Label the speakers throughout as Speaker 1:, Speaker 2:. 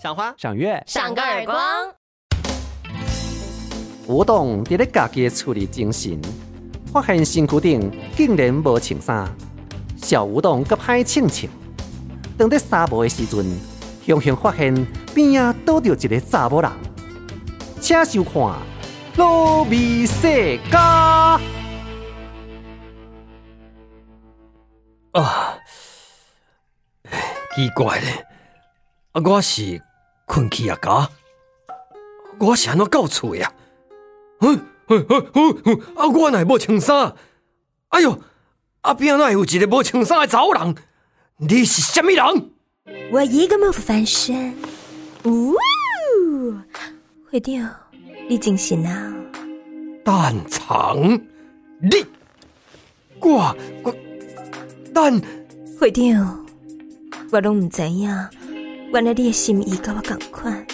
Speaker 1: 赏花，
Speaker 2: 赏月。
Speaker 3: 赏个耳光。
Speaker 2: 吴董伫咧家己的厝里精神，发现身躯顶竟然无穿衫。小吴董佮歹穿穿，当伫沙漠的时阵，雄雄发现边仔倒着一个查某人。请收看《路味世家》。
Speaker 4: 啊，奇怪咧，啊，我是困去啊噶，我是安怎到厝的啊？嗯嗯嗯嗯嗯，啊，我乃无穿衫，哎哟，啊边仔哪有一个无穿衫的查某人？你是什么人？
Speaker 5: 我一个梦翻身，呜、哦！会掉，你惊醒啊！
Speaker 4: 蛋肠，你，我我蛋
Speaker 5: 会掉，我拢唔知影，原来你的心意甲我同款。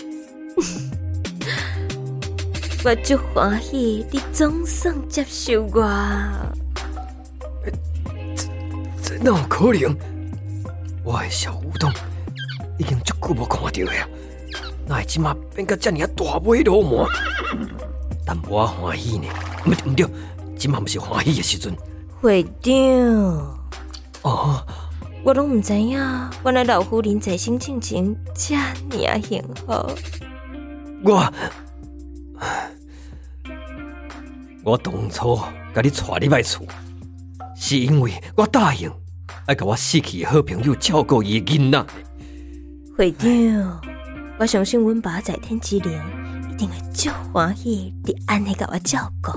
Speaker 5: 我足欢喜，你总算接受我。
Speaker 4: 这哪有可能？我的小乌冬已经足久无看到了呀，哪会即马变到遮尔啊大尾流氓？但无啊欢喜呢，毋对毋对，即马毋是欢喜的时阵
Speaker 5: 会掉，
Speaker 4: 哦。
Speaker 5: 我拢唔知影，原来老夫人在生性情遮尔啊幸福。
Speaker 4: 我，我当初甲你带你来厝，是因为我答应要甲我死去的好朋友照顾伊的囡仔。
Speaker 5: 会掉，我相信阮爸在天之灵一定会足欢喜，你安尼甲我照顾。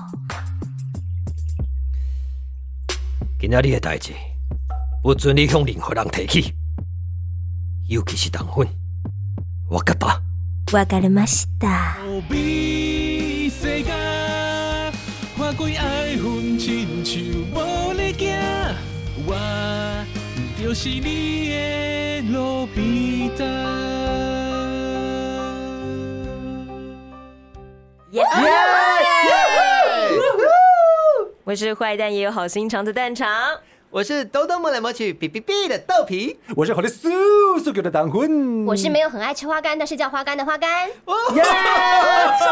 Speaker 4: 今仔日的代志，不准你向任何人提起，尤其是同婚。我甲打，
Speaker 5: わかりました。
Speaker 1: 路比世界，看开爱恨亲像无咧行，我就是你的路比达。
Speaker 3: 我是坏蛋也有好心肠的蛋肠，
Speaker 1: 我是兜兜摸来摸去，比比比的豆皮。
Speaker 2: 我是好的叔叔给我的糖分，
Speaker 3: 我是没
Speaker 6: 嗯
Speaker 3: 有很爱吃花干，但是叫花干的花干。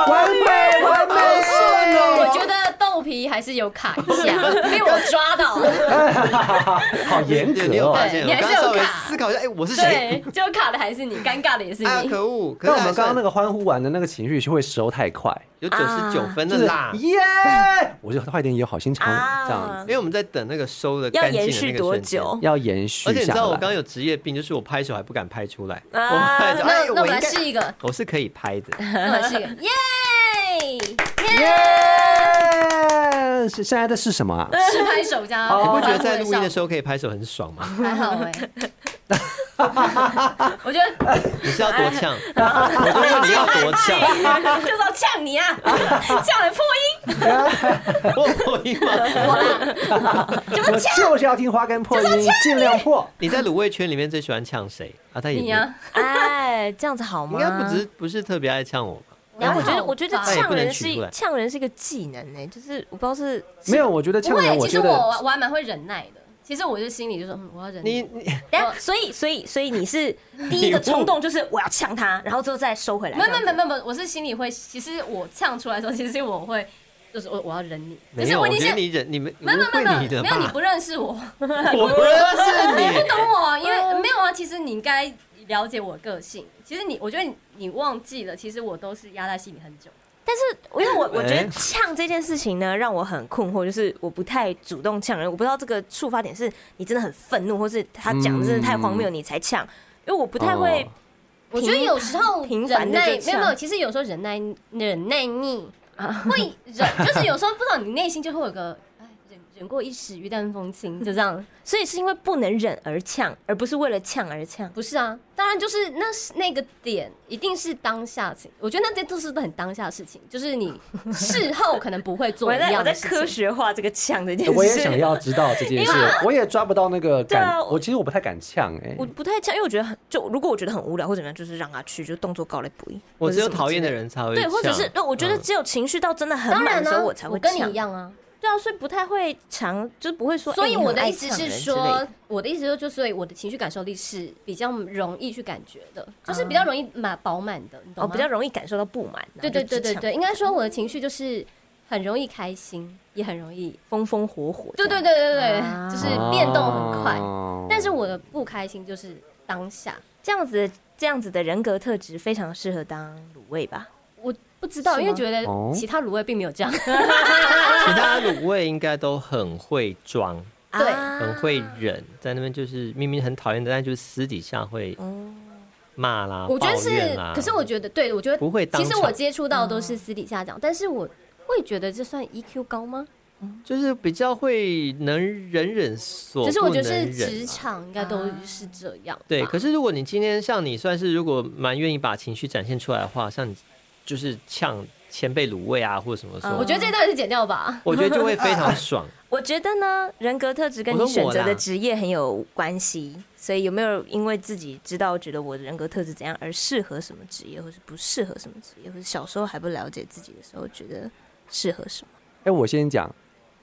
Speaker 2: 完美完美顺
Speaker 6: 我觉得豆皮还是有卡一下， 被我抓到了，
Speaker 2: 好严
Speaker 1: 对你有
Speaker 2: 格哦。
Speaker 1: 发现？
Speaker 6: 对
Speaker 1: 我刚
Speaker 6: 你还是有
Speaker 1: 刚稍微
Speaker 6: 卡
Speaker 1: 思考一下，哎，我是谁？
Speaker 6: 对，就卡的还是你，尴尬的也是
Speaker 1: 啊，
Speaker 6: 你。
Speaker 1: 可恶！可
Speaker 2: 但
Speaker 1: 是
Speaker 2: 我们刚刚那
Speaker 1: 那
Speaker 2: 个欢呼完的那个情绪是会收太快，
Speaker 1: 有九十九分
Speaker 2: 就
Speaker 1: 的
Speaker 2: 是
Speaker 1: 啦，
Speaker 2: 耶！啊 我就快点也有好心肠
Speaker 3: 啊
Speaker 2: 这样
Speaker 1: 因
Speaker 2: 子，
Speaker 1: 为我们在等那个收的
Speaker 3: 要
Speaker 1: 干净
Speaker 3: 延
Speaker 1: 的那个瞬
Speaker 3: 续
Speaker 1: 间
Speaker 3: 多久？
Speaker 2: 要延续
Speaker 1: 而且你知
Speaker 2: 下
Speaker 1: 道我刚
Speaker 2: 来
Speaker 1: 刚。有职业病，就是我拍手还不敢拍出来。
Speaker 3: 啊
Speaker 1: 我拍手
Speaker 6: 那
Speaker 1: 哎
Speaker 6: 那我
Speaker 1: 我
Speaker 6: 们
Speaker 1: 应
Speaker 6: 来
Speaker 1: 该
Speaker 6: 试一个，
Speaker 1: 我是可以拍的。
Speaker 6: 那我们来试一个，耶！
Speaker 3: 哎
Speaker 2: 耶！哎是现在的是什么啊？
Speaker 6: 试拍手加
Speaker 1: 你不
Speaker 6: 欢
Speaker 1: 觉得
Speaker 6: 呼
Speaker 1: 在录音的
Speaker 6: 笑
Speaker 1: 时候可以拍手很爽吗？
Speaker 6: 还好哎？ 我觉得
Speaker 1: 你是要多呛？我都问你要多呛，
Speaker 6: 就是要呛你啊，呛人破音，
Speaker 1: 我破音吗？
Speaker 2: 我就是要听花根破音，尽量破。
Speaker 1: 你在卤味圈里面最喜欢呛谁啊？他也
Speaker 6: 你啊，
Speaker 3: 哎，这样子好
Speaker 1: 应
Speaker 3: 吗？
Speaker 1: 该不只是不是特别爱呛我吧？
Speaker 3: 然哎后我觉得，我觉得
Speaker 6: 那
Speaker 1: 也
Speaker 3: 呛
Speaker 1: 不能
Speaker 3: 人
Speaker 1: 取
Speaker 3: 是
Speaker 1: 出来
Speaker 3: 一呛人是一个技能呢、就是我不知道是
Speaker 2: 没有，我觉得
Speaker 6: 不
Speaker 2: 呛人，
Speaker 6: 会，
Speaker 2: 我
Speaker 6: 其实
Speaker 2: 觉
Speaker 6: 我
Speaker 2: 得
Speaker 6: 我我还蛮会忍耐的。其实我就心里就说，嗯，我要忍
Speaker 1: 你
Speaker 6: 耐。
Speaker 1: 你
Speaker 3: 等下，所以所以所以你是第一个冲动就是我要呛他，然后之后再收回来。
Speaker 6: 没有没有
Speaker 3: 这
Speaker 6: 没
Speaker 3: 样
Speaker 6: 有没有，我是心里会，其实我呛出来的时候，其实我会，就是我我要忍你，就
Speaker 1: 没
Speaker 6: 是
Speaker 1: 有，我
Speaker 6: 已经
Speaker 1: 觉得
Speaker 6: 先
Speaker 1: 你忍你们
Speaker 6: 没有没有
Speaker 1: 误
Speaker 6: 没有
Speaker 1: 会你的
Speaker 6: 没有，你
Speaker 1: 吧
Speaker 6: 不？认识我，
Speaker 1: 我不认识
Speaker 6: 不懂我，因为没有啊。其实你应该了解我个性。其实你，我觉得你你忘记了，其实我都是压在心里很久。
Speaker 3: 但是因为我我觉
Speaker 1: 哎
Speaker 3: 得呛这件事情呢，让我很困惑，就是我不太主动呛人，我不知道这个触发点是你真的很愤怒，或是他讲的真的太荒
Speaker 1: 嗯
Speaker 3: 谬，你才呛。因为我不太会
Speaker 2: 哦，
Speaker 6: 我觉得有时候
Speaker 3: 平
Speaker 6: 忍
Speaker 3: 凡的就
Speaker 6: 耐没有
Speaker 3: 呛
Speaker 6: 没有，其实有时候忍耐忍耐你会忍，就是有时候不知道你内心就会有个哎忍忍过一时云淡风轻，就这 样。
Speaker 3: 所以是因为不能忍而呛，而不是为了呛而呛。
Speaker 6: 不是啊，当然就是那是那个点，一定是当下情。我觉得那些都是很当下的事情，就是你事后可能不会做
Speaker 3: 我
Speaker 6: 一
Speaker 3: 在我
Speaker 6: 样
Speaker 3: 在
Speaker 6: 的 事
Speaker 3: 科
Speaker 6: 情。
Speaker 3: 学化这个呛这件事，
Speaker 2: 我也想要知道这件事
Speaker 3: 因为，
Speaker 2: 我也抓不到那个
Speaker 3: 对
Speaker 2: 感
Speaker 3: 啊。
Speaker 2: 我其实我不太敢呛哎
Speaker 3: 我，不太呛，因为我觉得很就如果我觉得很无聊或怎么样，就是让他去，就动作高来补一。
Speaker 1: 我只有
Speaker 3: 或者什么
Speaker 1: 讨厌的
Speaker 3: 之类
Speaker 1: 人才会嗯
Speaker 3: 对，或者
Speaker 1: 呛
Speaker 3: 是那我觉得只有情绪到真的很
Speaker 6: 当
Speaker 3: 满
Speaker 6: 然
Speaker 3: 的时候，
Speaker 6: 呢、
Speaker 3: 我才会
Speaker 6: 跟你
Speaker 3: 呛
Speaker 6: 一。样啊。
Speaker 3: 对啊，所以不太会常，就是不会说。
Speaker 6: 所以
Speaker 3: 哎你很
Speaker 6: 我的
Speaker 3: 爱
Speaker 6: 意思
Speaker 3: 呛
Speaker 6: 是
Speaker 3: 人之类
Speaker 6: 说
Speaker 3: 的，
Speaker 6: 我的意思就是说，所以我的情绪感受力是比较容易去感觉的，就是比较容易满饱满的，你懂
Speaker 3: 啊哦，
Speaker 6: 吗？
Speaker 3: 比较容易感受到不满。然后啊
Speaker 6: 对对
Speaker 3: 就哦
Speaker 6: 对对
Speaker 3: 呛
Speaker 6: 对，应该说我的情绪就是很容易开心，也很容易，
Speaker 3: 风风火火这
Speaker 6: 对
Speaker 3: 样。
Speaker 6: 对对对对，
Speaker 3: 啊
Speaker 6: 就是变动很快。
Speaker 2: 哦
Speaker 6: 但是我的不开心就是当下，
Speaker 3: 这样子这样子的人格特质非常适合当卤味吧？
Speaker 6: 我不知道，
Speaker 3: 是吗
Speaker 6: 因为觉得
Speaker 2: 哦
Speaker 6: 其他卤味并没 有这样。
Speaker 1: 其他卤味应该都很会装，
Speaker 6: 对
Speaker 3: 啊
Speaker 1: 很会忍，在那边就是明明很讨厌的，但就是私底下会骂啦，
Speaker 6: 哦我觉得
Speaker 1: 抱
Speaker 6: 是
Speaker 1: 怨，啦
Speaker 6: 可是我觉得，对我觉得
Speaker 1: 不会当
Speaker 6: 其
Speaker 1: 场
Speaker 6: 实我接触
Speaker 3: 嗯
Speaker 6: 到都是私底下讲，但是我会觉得这算 EQ 高吗？
Speaker 1: 就是比较会能忍忍所
Speaker 6: 只是
Speaker 1: 不
Speaker 6: 我觉
Speaker 1: 能
Speaker 6: 得是
Speaker 1: 忍
Speaker 6: 职
Speaker 1: 啊。
Speaker 6: 场应该都是这样吧。
Speaker 1: 对，可是如果你今天像你算是如果蛮愿意把情绪展现出来的话，像你就是呛前辈卤味啊或者什么时候，
Speaker 6: 我觉得这段是剪掉吧。
Speaker 1: 我觉得就会非常爽。
Speaker 3: 我觉得呢，人格特质跟你
Speaker 1: 我说
Speaker 3: 选
Speaker 1: 我啦
Speaker 3: 择的职业很有关系，所以有没有因为自己知道觉得我的人格特质怎样而适合什么职业，或是不适合什么职业，或是小时候还不了解自己的时候觉得适合什么？
Speaker 2: 哎、我先讲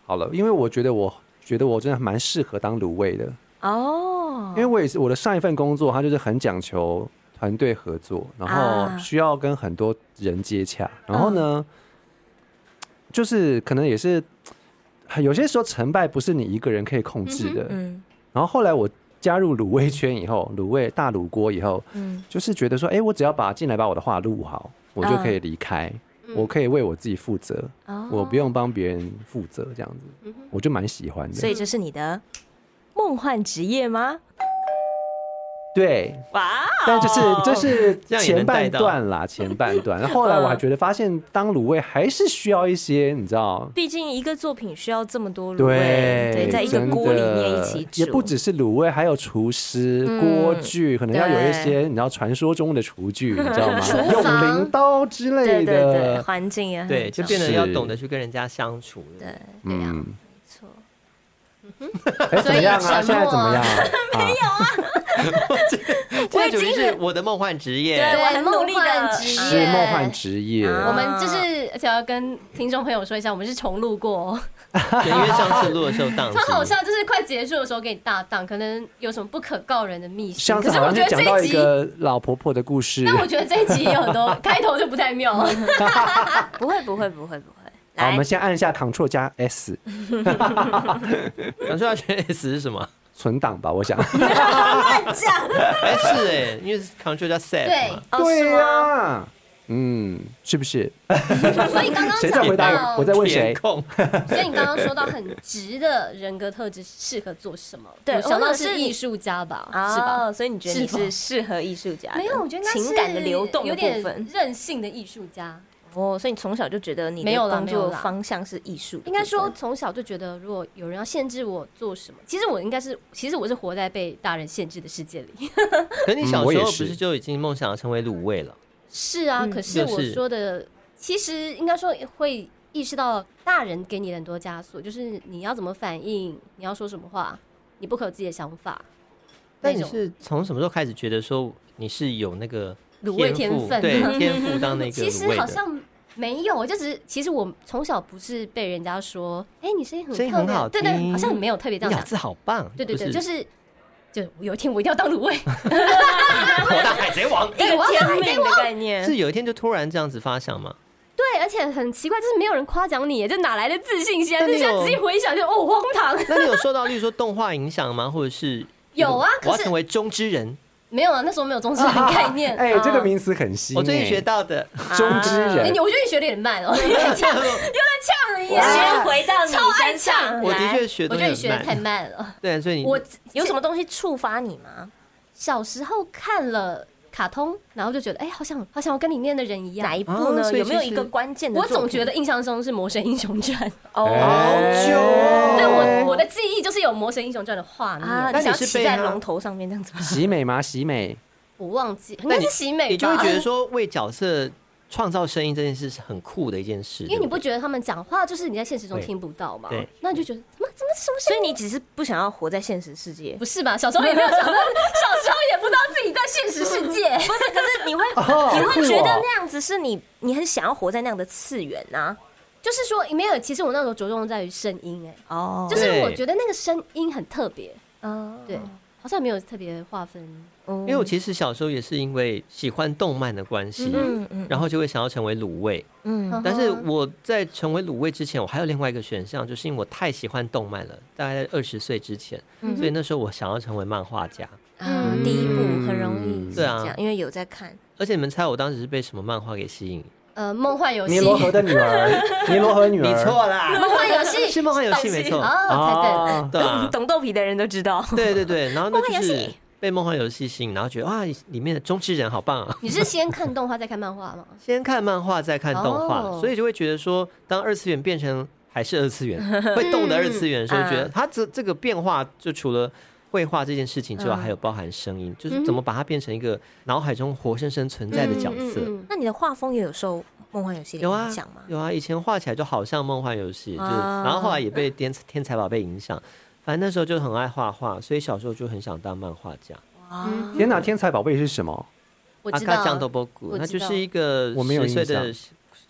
Speaker 2: 好了，因为我觉得我觉得我真的蛮适合当卤味的，
Speaker 3: 哦
Speaker 2: 因为我也是我的上一份工作，它就是很讲求团队合作，然
Speaker 3: 啊
Speaker 2: 后需要跟很多人接洽，然后呢，
Speaker 3: 嗯
Speaker 2: 就是可能也是有些时候成败不是你一个人可以控制的。
Speaker 3: 嗯
Speaker 2: 然后后来我加入卤味圈以后，卤味大卤锅以后，
Speaker 3: 嗯
Speaker 2: 就是觉得说，哎、我只要把进来把我的话录好，我就可以离开，我可以为我自己负责，
Speaker 3: 嗯哦嗯
Speaker 2: 我不用帮别人负责，这样子，我就蛮喜欢的。
Speaker 3: 所以这是你的梦幻职业吗？
Speaker 2: 对，
Speaker 3: 哇，哦
Speaker 2: 但就是这是
Speaker 1: 这样也
Speaker 2: 前
Speaker 1: 能带
Speaker 2: 半
Speaker 1: 到
Speaker 2: 段 啦，前半段。然后后来
Speaker 3: 嗯
Speaker 2: 我还觉得发现当卤味还是需要一些，你知道。
Speaker 3: 毕竟一个作品需要这么多卤
Speaker 2: 对
Speaker 3: 味，，对，在一个
Speaker 2: 真的
Speaker 3: 锅里面一起煮，
Speaker 2: 也不只是卤味，还有厨师、
Speaker 3: 嗯
Speaker 2: 锅具，可能要有一
Speaker 3: 对
Speaker 2: 些你知道传说中的厨具， 你知道吗？
Speaker 6: 厨
Speaker 2: 用
Speaker 6: 房
Speaker 2: 镰刀之
Speaker 3: 对
Speaker 2: 类
Speaker 3: 对对，
Speaker 2: 的，
Speaker 3: 环境也很
Speaker 1: 对，就
Speaker 3: 重
Speaker 1: 变得
Speaker 2: 是
Speaker 1: 要懂得去跟人家相处。
Speaker 3: 对，
Speaker 2: 嗯，
Speaker 3: 错。
Speaker 2: 哎，怎么样
Speaker 6: 所以
Speaker 2: 啊？
Speaker 6: 沉
Speaker 2: 现在
Speaker 6: 默
Speaker 2: 怎么 样？啊
Speaker 1: 这属于是我的梦幻职业。
Speaker 3: 对我很努
Speaker 6: 梦
Speaker 3: 力
Speaker 6: 幻
Speaker 3: 的
Speaker 6: 职业
Speaker 2: 是梦幻职业，
Speaker 3: 啊
Speaker 6: 我们就是，而且要跟听众朋友说一下，我们是重录过、哦，
Speaker 1: 对 因为上次录的时候当
Speaker 6: 超 好笑，就是快结束的时候给你搭档，可能有什么不可告人的秘辛。
Speaker 2: 上次
Speaker 6: 可是
Speaker 2: 好
Speaker 6: 我
Speaker 2: 像
Speaker 6: 觉
Speaker 2: 是
Speaker 6: 得
Speaker 2: 讲到
Speaker 6: 这
Speaker 2: 一
Speaker 6: 集，
Speaker 2: 个老婆婆的故事，
Speaker 6: 但我觉得这一集有 很多开头就不太妙。
Speaker 3: 不会不会不会不会，
Speaker 2: 好，我
Speaker 3: 来
Speaker 2: 们，先按下 Ctrl 加 S
Speaker 1: 想说要学 S 是什 么？
Speaker 2: 存档吧，我想。
Speaker 1: 哎，是哎，因为 Ctrl 加 Set
Speaker 6: 对
Speaker 1: 嘛。
Speaker 3: 哦是
Speaker 2: 对
Speaker 3: 吗？
Speaker 2: 呀，嗯，是不是？
Speaker 6: 所以刚刚
Speaker 2: 谁在
Speaker 6: 讲
Speaker 2: 回答
Speaker 6: 到
Speaker 2: 我？我在问谁嗯
Speaker 1: 填？ 空，
Speaker 6: 所以你刚刚说到很直的人格特质适合做什么？
Speaker 3: 对
Speaker 6: 我想
Speaker 3: 或
Speaker 6: 到
Speaker 3: 者
Speaker 6: 是
Speaker 3: 是你
Speaker 6: 艺术家吧，是吧？
Speaker 3: 哦，所以你觉得你
Speaker 6: 是吧
Speaker 3: 是适合艺术家的？
Speaker 6: 没有，我觉得应该是
Speaker 3: 情感的流动的
Speaker 6: 有
Speaker 3: 部
Speaker 6: 点
Speaker 3: 分。
Speaker 6: 任性的艺术家。
Speaker 3: 哦，所以你从小就觉得你
Speaker 6: 没
Speaker 3: 的
Speaker 6: 有啦
Speaker 3: 工
Speaker 6: 没
Speaker 3: 作
Speaker 6: 有啦
Speaker 3: 方向是艺术的部分，
Speaker 6: 应该说从小就觉得，如果有人要限制我做什么，其实我应该是，其实我是活在被大人限制的世界里。
Speaker 1: 可你
Speaker 2: 嗯
Speaker 1: 小
Speaker 2: 我
Speaker 1: 时
Speaker 2: 也
Speaker 1: 候不
Speaker 2: 是
Speaker 1: 是就已经梦想成为卤味了？
Speaker 6: 是啊，
Speaker 3: 嗯
Speaker 6: 可是
Speaker 1: 就
Speaker 6: 我
Speaker 1: 是
Speaker 6: 说的，其实应该说会意识到大人给你的很多枷锁，就是你要怎么反应，你要说什么话，你不可有自己的想法。
Speaker 1: 但你
Speaker 6: 那种
Speaker 1: 是从什么时候开始觉得说你是有那个
Speaker 6: 卤味天
Speaker 1: 赋
Speaker 6: 分
Speaker 1: 对，天赋当那个
Speaker 6: 其
Speaker 1: 卤
Speaker 6: 实
Speaker 1: 味
Speaker 6: 好
Speaker 1: 的。
Speaker 6: 像没有，就只是其实我从小不是被人家说，哎、你声音很
Speaker 1: 声音
Speaker 6: 特
Speaker 1: 很
Speaker 6: 别
Speaker 1: 好
Speaker 6: 对对，
Speaker 1: 听
Speaker 6: 好像没有特别这
Speaker 1: 你
Speaker 6: 样
Speaker 1: 咬
Speaker 6: 讲。
Speaker 1: 字好棒，
Speaker 6: 对对对，
Speaker 1: 不
Speaker 6: 就是是就有一天我一定要当卤味，
Speaker 1: 我当海贼王。
Speaker 3: 一
Speaker 6: 哎对，我
Speaker 3: 个
Speaker 6: 要当
Speaker 3: 天命的概念，
Speaker 1: 是有一天就突然这样子发想嘛？
Speaker 6: 对，而且很奇怪，就是没有人夸奖你耶，这哪来的自信心啊？
Speaker 1: 但
Speaker 6: 这
Speaker 1: 你
Speaker 6: 现在
Speaker 1: 有
Speaker 6: 仔细回想就，哦，荒唐。
Speaker 1: 那你有受到，例如说动画影响吗？或者是
Speaker 6: 有啊
Speaker 1: 哦我要
Speaker 6: 可是
Speaker 1: 成为中之人，
Speaker 6: 没有啊，那时候没有中式的概 念。嗯
Speaker 2: 哎，这个名词很新，
Speaker 1: 我最近学到的。
Speaker 2: 哎中之
Speaker 6: 哎
Speaker 2: 人
Speaker 6: 你，我觉得你学的有点慢哦，又在呛，又在呛人耶。
Speaker 3: 先回到你
Speaker 6: 啊超爱
Speaker 3: 身上
Speaker 6: 呛
Speaker 1: 我的
Speaker 3: 来
Speaker 1: 确学
Speaker 6: 我
Speaker 1: 东
Speaker 6: 觉
Speaker 1: 西
Speaker 6: 得你学的
Speaker 1: 很
Speaker 6: 太
Speaker 1: 慢，嗯
Speaker 6: 慢了。
Speaker 1: 对，所以你
Speaker 6: 我
Speaker 3: 有什么东西触发你
Speaker 1: 啊
Speaker 3: 吗？
Speaker 6: 小时候看了卡通，然后就觉得，哎，好想好想要跟里面的人一样。
Speaker 3: 哪一部呢？
Speaker 1: 啊所以
Speaker 3: 有没有
Speaker 1: 其
Speaker 3: 一
Speaker 1: 实
Speaker 3: 个关键的
Speaker 6: 我
Speaker 3: 作品？
Speaker 6: 总觉得印象中是《魔神英雄传》，
Speaker 3: 哦。
Speaker 2: 哎
Speaker 1: 久哦
Speaker 6: 对我我的记忆就是有《魔神英雄传》的画
Speaker 3: 啊，
Speaker 6: 面，
Speaker 3: 你
Speaker 1: 那你
Speaker 3: 想要
Speaker 1: 是
Speaker 3: 骑
Speaker 1: 被
Speaker 3: 在
Speaker 1: 他
Speaker 3: 龙头上面这样子吗？
Speaker 2: 喜美吗？喜美，
Speaker 6: 我忘记，应
Speaker 1: 那
Speaker 6: 该
Speaker 1: 你
Speaker 6: 是喜美吧？
Speaker 1: 你就会觉得说为角色创造声音这件事是很酷的一件事，
Speaker 6: 因为你
Speaker 1: 对不
Speaker 6: 不觉得他们讲话就是你在现实中
Speaker 1: 对
Speaker 6: 听不到嘛
Speaker 1: 对？
Speaker 6: 那你就觉得怎么怎么 什么声
Speaker 3: 所以你只是不想要活在现实世界
Speaker 6: 音？，不是吧？小时候也没有想到，小时候也不知道自己在现实世 界。
Speaker 3: 不是，可是你会，
Speaker 2: 哦
Speaker 3: 你
Speaker 2: 好酷
Speaker 3: 会
Speaker 2: 哦
Speaker 3: 觉得那样子是你，你很想要活在那样的次元呐、啊
Speaker 6: 就是说没有，其实我那时候着重在于声音、哎，
Speaker 3: 哦
Speaker 6: 就是我
Speaker 1: 对
Speaker 6: 觉得那个声音很特别，
Speaker 3: 哦
Speaker 6: 对，好像没有特别划分。
Speaker 3: 因
Speaker 1: 因为我其实小时候也是因为喜欢动漫的关系，
Speaker 3: 嗯嗯
Speaker 1: 然后就会想要成为卤味。
Speaker 3: 嗯
Speaker 1: 但是
Speaker 6: 哦
Speaker 1: 我在成为卤味之前，我还有另外一个选项，就是因为我太喜欢动漫了，大概在二十岁之前，
Speaker 3: 嗯
Speaker 1: 所以那时候我想要成为漫画家。
Speaker 3: 嗯，第一步很容易是
Speaker 1: 对啊
Speaker 3: 这样，因为有在看，
Speaker 1: 而且你们猜我当时是被什么漫画给吸引？
Speaker 6: 呃，梦幻游戏，
Speaker 2: 尼罗 河
Speaker 6: 梦
Speaker 2: 的女儿，尼罗河女儿，
Speaker 1: 你错啦，
Speaker 6: 幻游戏
Speaker 1: 是梦幻游戏没 错，
Speaker 6: 哦，才对。
Speaker 1: 对啊，
Speaker 3: 懂豆皮的人都知道，
Speaker 1: 对对对，然后那
Speaker 3: 梦
Speaker 1: 就
Speaker 3: 幻游
Speaker 1: 是
Speaker 3: 戏
Speaker 1: 被梦幻游戏吸引，然后觉得哇，里面的中之人好棒啊！
Speaker 6: 你是先看动画再看漫画吗？
Speaker 1: 先看漫画再看动画，
Speaker 6: 哦
Speaker 1: 所以就会觉得说，当二次元变成还是二次 元会动的二次元的时候，就
Speaker 3: 嗯
Speaker 1: 觉得它这这个变化就除了。绘画这件事情
Speaker 3: 嗯
Speaker 1: 之外，还有包含声音，就是怎么把它变成一个脑海中活生生存在的角色。
Speaker 6: 嗯嗯嗯
Speaker 3: 那你的画风也有受《梦幻游戏》的
Speaker 1: 有啊
Speaker 3: 影响吗，？
Speaker 1: 有啊，以前画起来就好像梦幻游戏，就是，
Speaker 3: 啊
Speaker 1: 然后后来也被天天才宝贝影响，反正那时候就很爱画画，所以小时候就很想当漫画家。
Speaker 3: 啊，
Speaker 2: 天哪，天才宝贝是什 么？
Speaker 6: 我
Speaker 1: 阿
Speaker 6: 知
Speaker 1: 卡酱
Speaker 6: 道啊
Speaker 1: 豆，波谷，
Speaker 6: 我
Speaker 1: 那
Speaker 6: 知
Speaker 1: 就
Speaker 6: 道啊
Speaker 1: 是一个
Speaker 2: 我没有
Speaker 1: 十岁
Speaker 2: 印象
Speaker 1: 的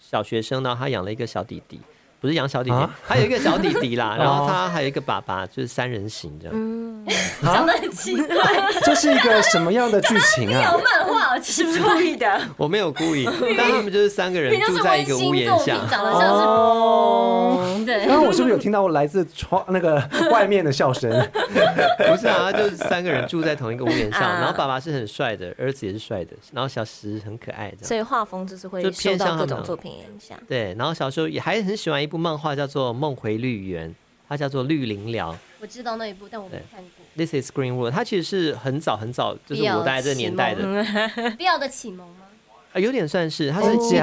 Speaker 1: 小学生，然后他养了一个小弟弟，不是养小弟弟
Speaker 2: 啊，
Speaker 1: 他有一个小弟弟 啦，然后他还有一个爸爸，就是三人行这
Speaker 6: 嗯
Speaker 1: 样。
Speaker 3: 啊
Speaker 6: 长得很奇怪，
Speaker 2: 这是一个什么样的剧情啊？
Speaker 6: 漫画
Speaker 3: 是不是故意的？
Speaker 1: 我没有故 意，但他们就是三个人
Speaker 6: 你就
Speaker 1: 住
Speaker 6: 是
Speaker 1: 在一
Speaker 6: 温
Speaker 1: 个屋
Speaker 6: 馨
Speaker 1: 檐
Speaker 6: 作品，
Speaker 1: 下。
Speaker 6: 长得像
Speaker 2: 哦，
Speaker 6: 是
Speaker 2: 刚刚
Speaker 6: 对，
Speaker 2: 我是不是有听到来自窗那个外面的 笑声？
Speaker 1: 不是啊，就是三个人住在同一个屋檐 上，
Speaker 3: 啊
Speaker 1: 然后爸爸是很帅的，儿子也是帅的，然后小石很可爱 这
Speaker 3: 所
Speaker 1: 样。
Speaker 3: 以画风就是会
Speaker 1: 就
Speaker 3: 受
Speaker 1: 偏向
Speaker 3: 到各
Speaker 1: 他
Speaker 3: 种
Speaker 1: 们
Speaker 3: 作品影响。
Speaker 1: 对，然后小时候也还很喜欢一部漫画叫做《梦回绿园》，它叫做《绿林寮》
Speaker 6: 我知道那一部，但我没
Speaker 1: 对
Speaker 6: 看过。
Speaker 1: ，This is Green World。它其实是很早很早，就是
Speaker 6: 比较
Speaker 1: 我大概这个年代
Speaker 6: 启
Speaker 1: 的，
Speaker 6: 必要的启蒙吗？
Speaker 1: 啊，有点算是，它是
Speaker 2: 哦
Speaker 1: 一堆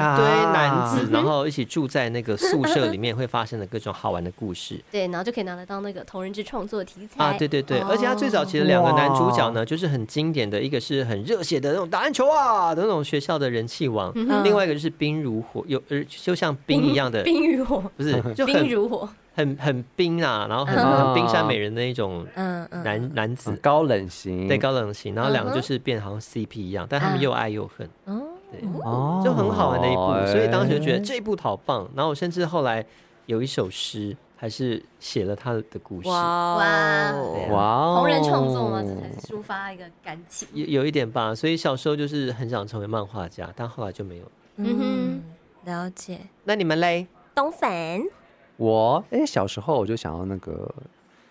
Speaker 1: 男
Speaker 2: 嗯
Speaker 1: 子，然后一起住在那个宿舍里面会发生的各种好玩的故 事。
Speaker 6: 对，然后就可以拿得当那个同人志创作题材
Speaker 1: 啊，对对
Speaker 6: 哦
Speaker 1: 对，而且它最早其实两个男主角呢，就是很经典的，一个是很热血的那种打篮球啊的那种学校的人气王，
Speaker 6: 嗯
Speaker 1: 另外一个就是冰如火，有呃就像冰一样的，
Speaker 6: 冰与火，
Speaker 1: 不是就
Speaker 6: 嗯冰
Speaker 1: 很
Speaker 6: 如火，
Speaker 1: 很很冰啊，然后很
Speaker 2: 嗯
Speaker 1: 很冰山美人的那种
Speaker 3: 嗯嗯，
Speaker 1: 男男子，
Speaker 2: 高冷型，
Speaker 1: 对高冷型，然后两个
Speaker 6: 嗯哼嗯
Speaker 1: 就是变好像 CP 一样，但他们又爱又恨，
Speaker 3: 嗯
Speaker 1: 对。
Speaker 2: 哦
Speaker 1: 就很好玩的一部，所以当时就觉得这一部好棒。然后我甚至后来有一首诗，还是写了他的故事，
Speaker 3: 哇
Speaker 6: 哇
Speaker 3: 哦，
Speaker 2: 哇哦，
Speaker 6: 同人创作吗？这才是抒发一个感情。
Speaker 1: 有有一点吧。所以小时候就是很想成为漫画家，但后来就没有。
Speaker 3: 嗯哼，了解。
Speaker 1: 那你们嘞？
Speaker 3: 懂粉，
Speaker 2: 我哎、小时候我就想要那个，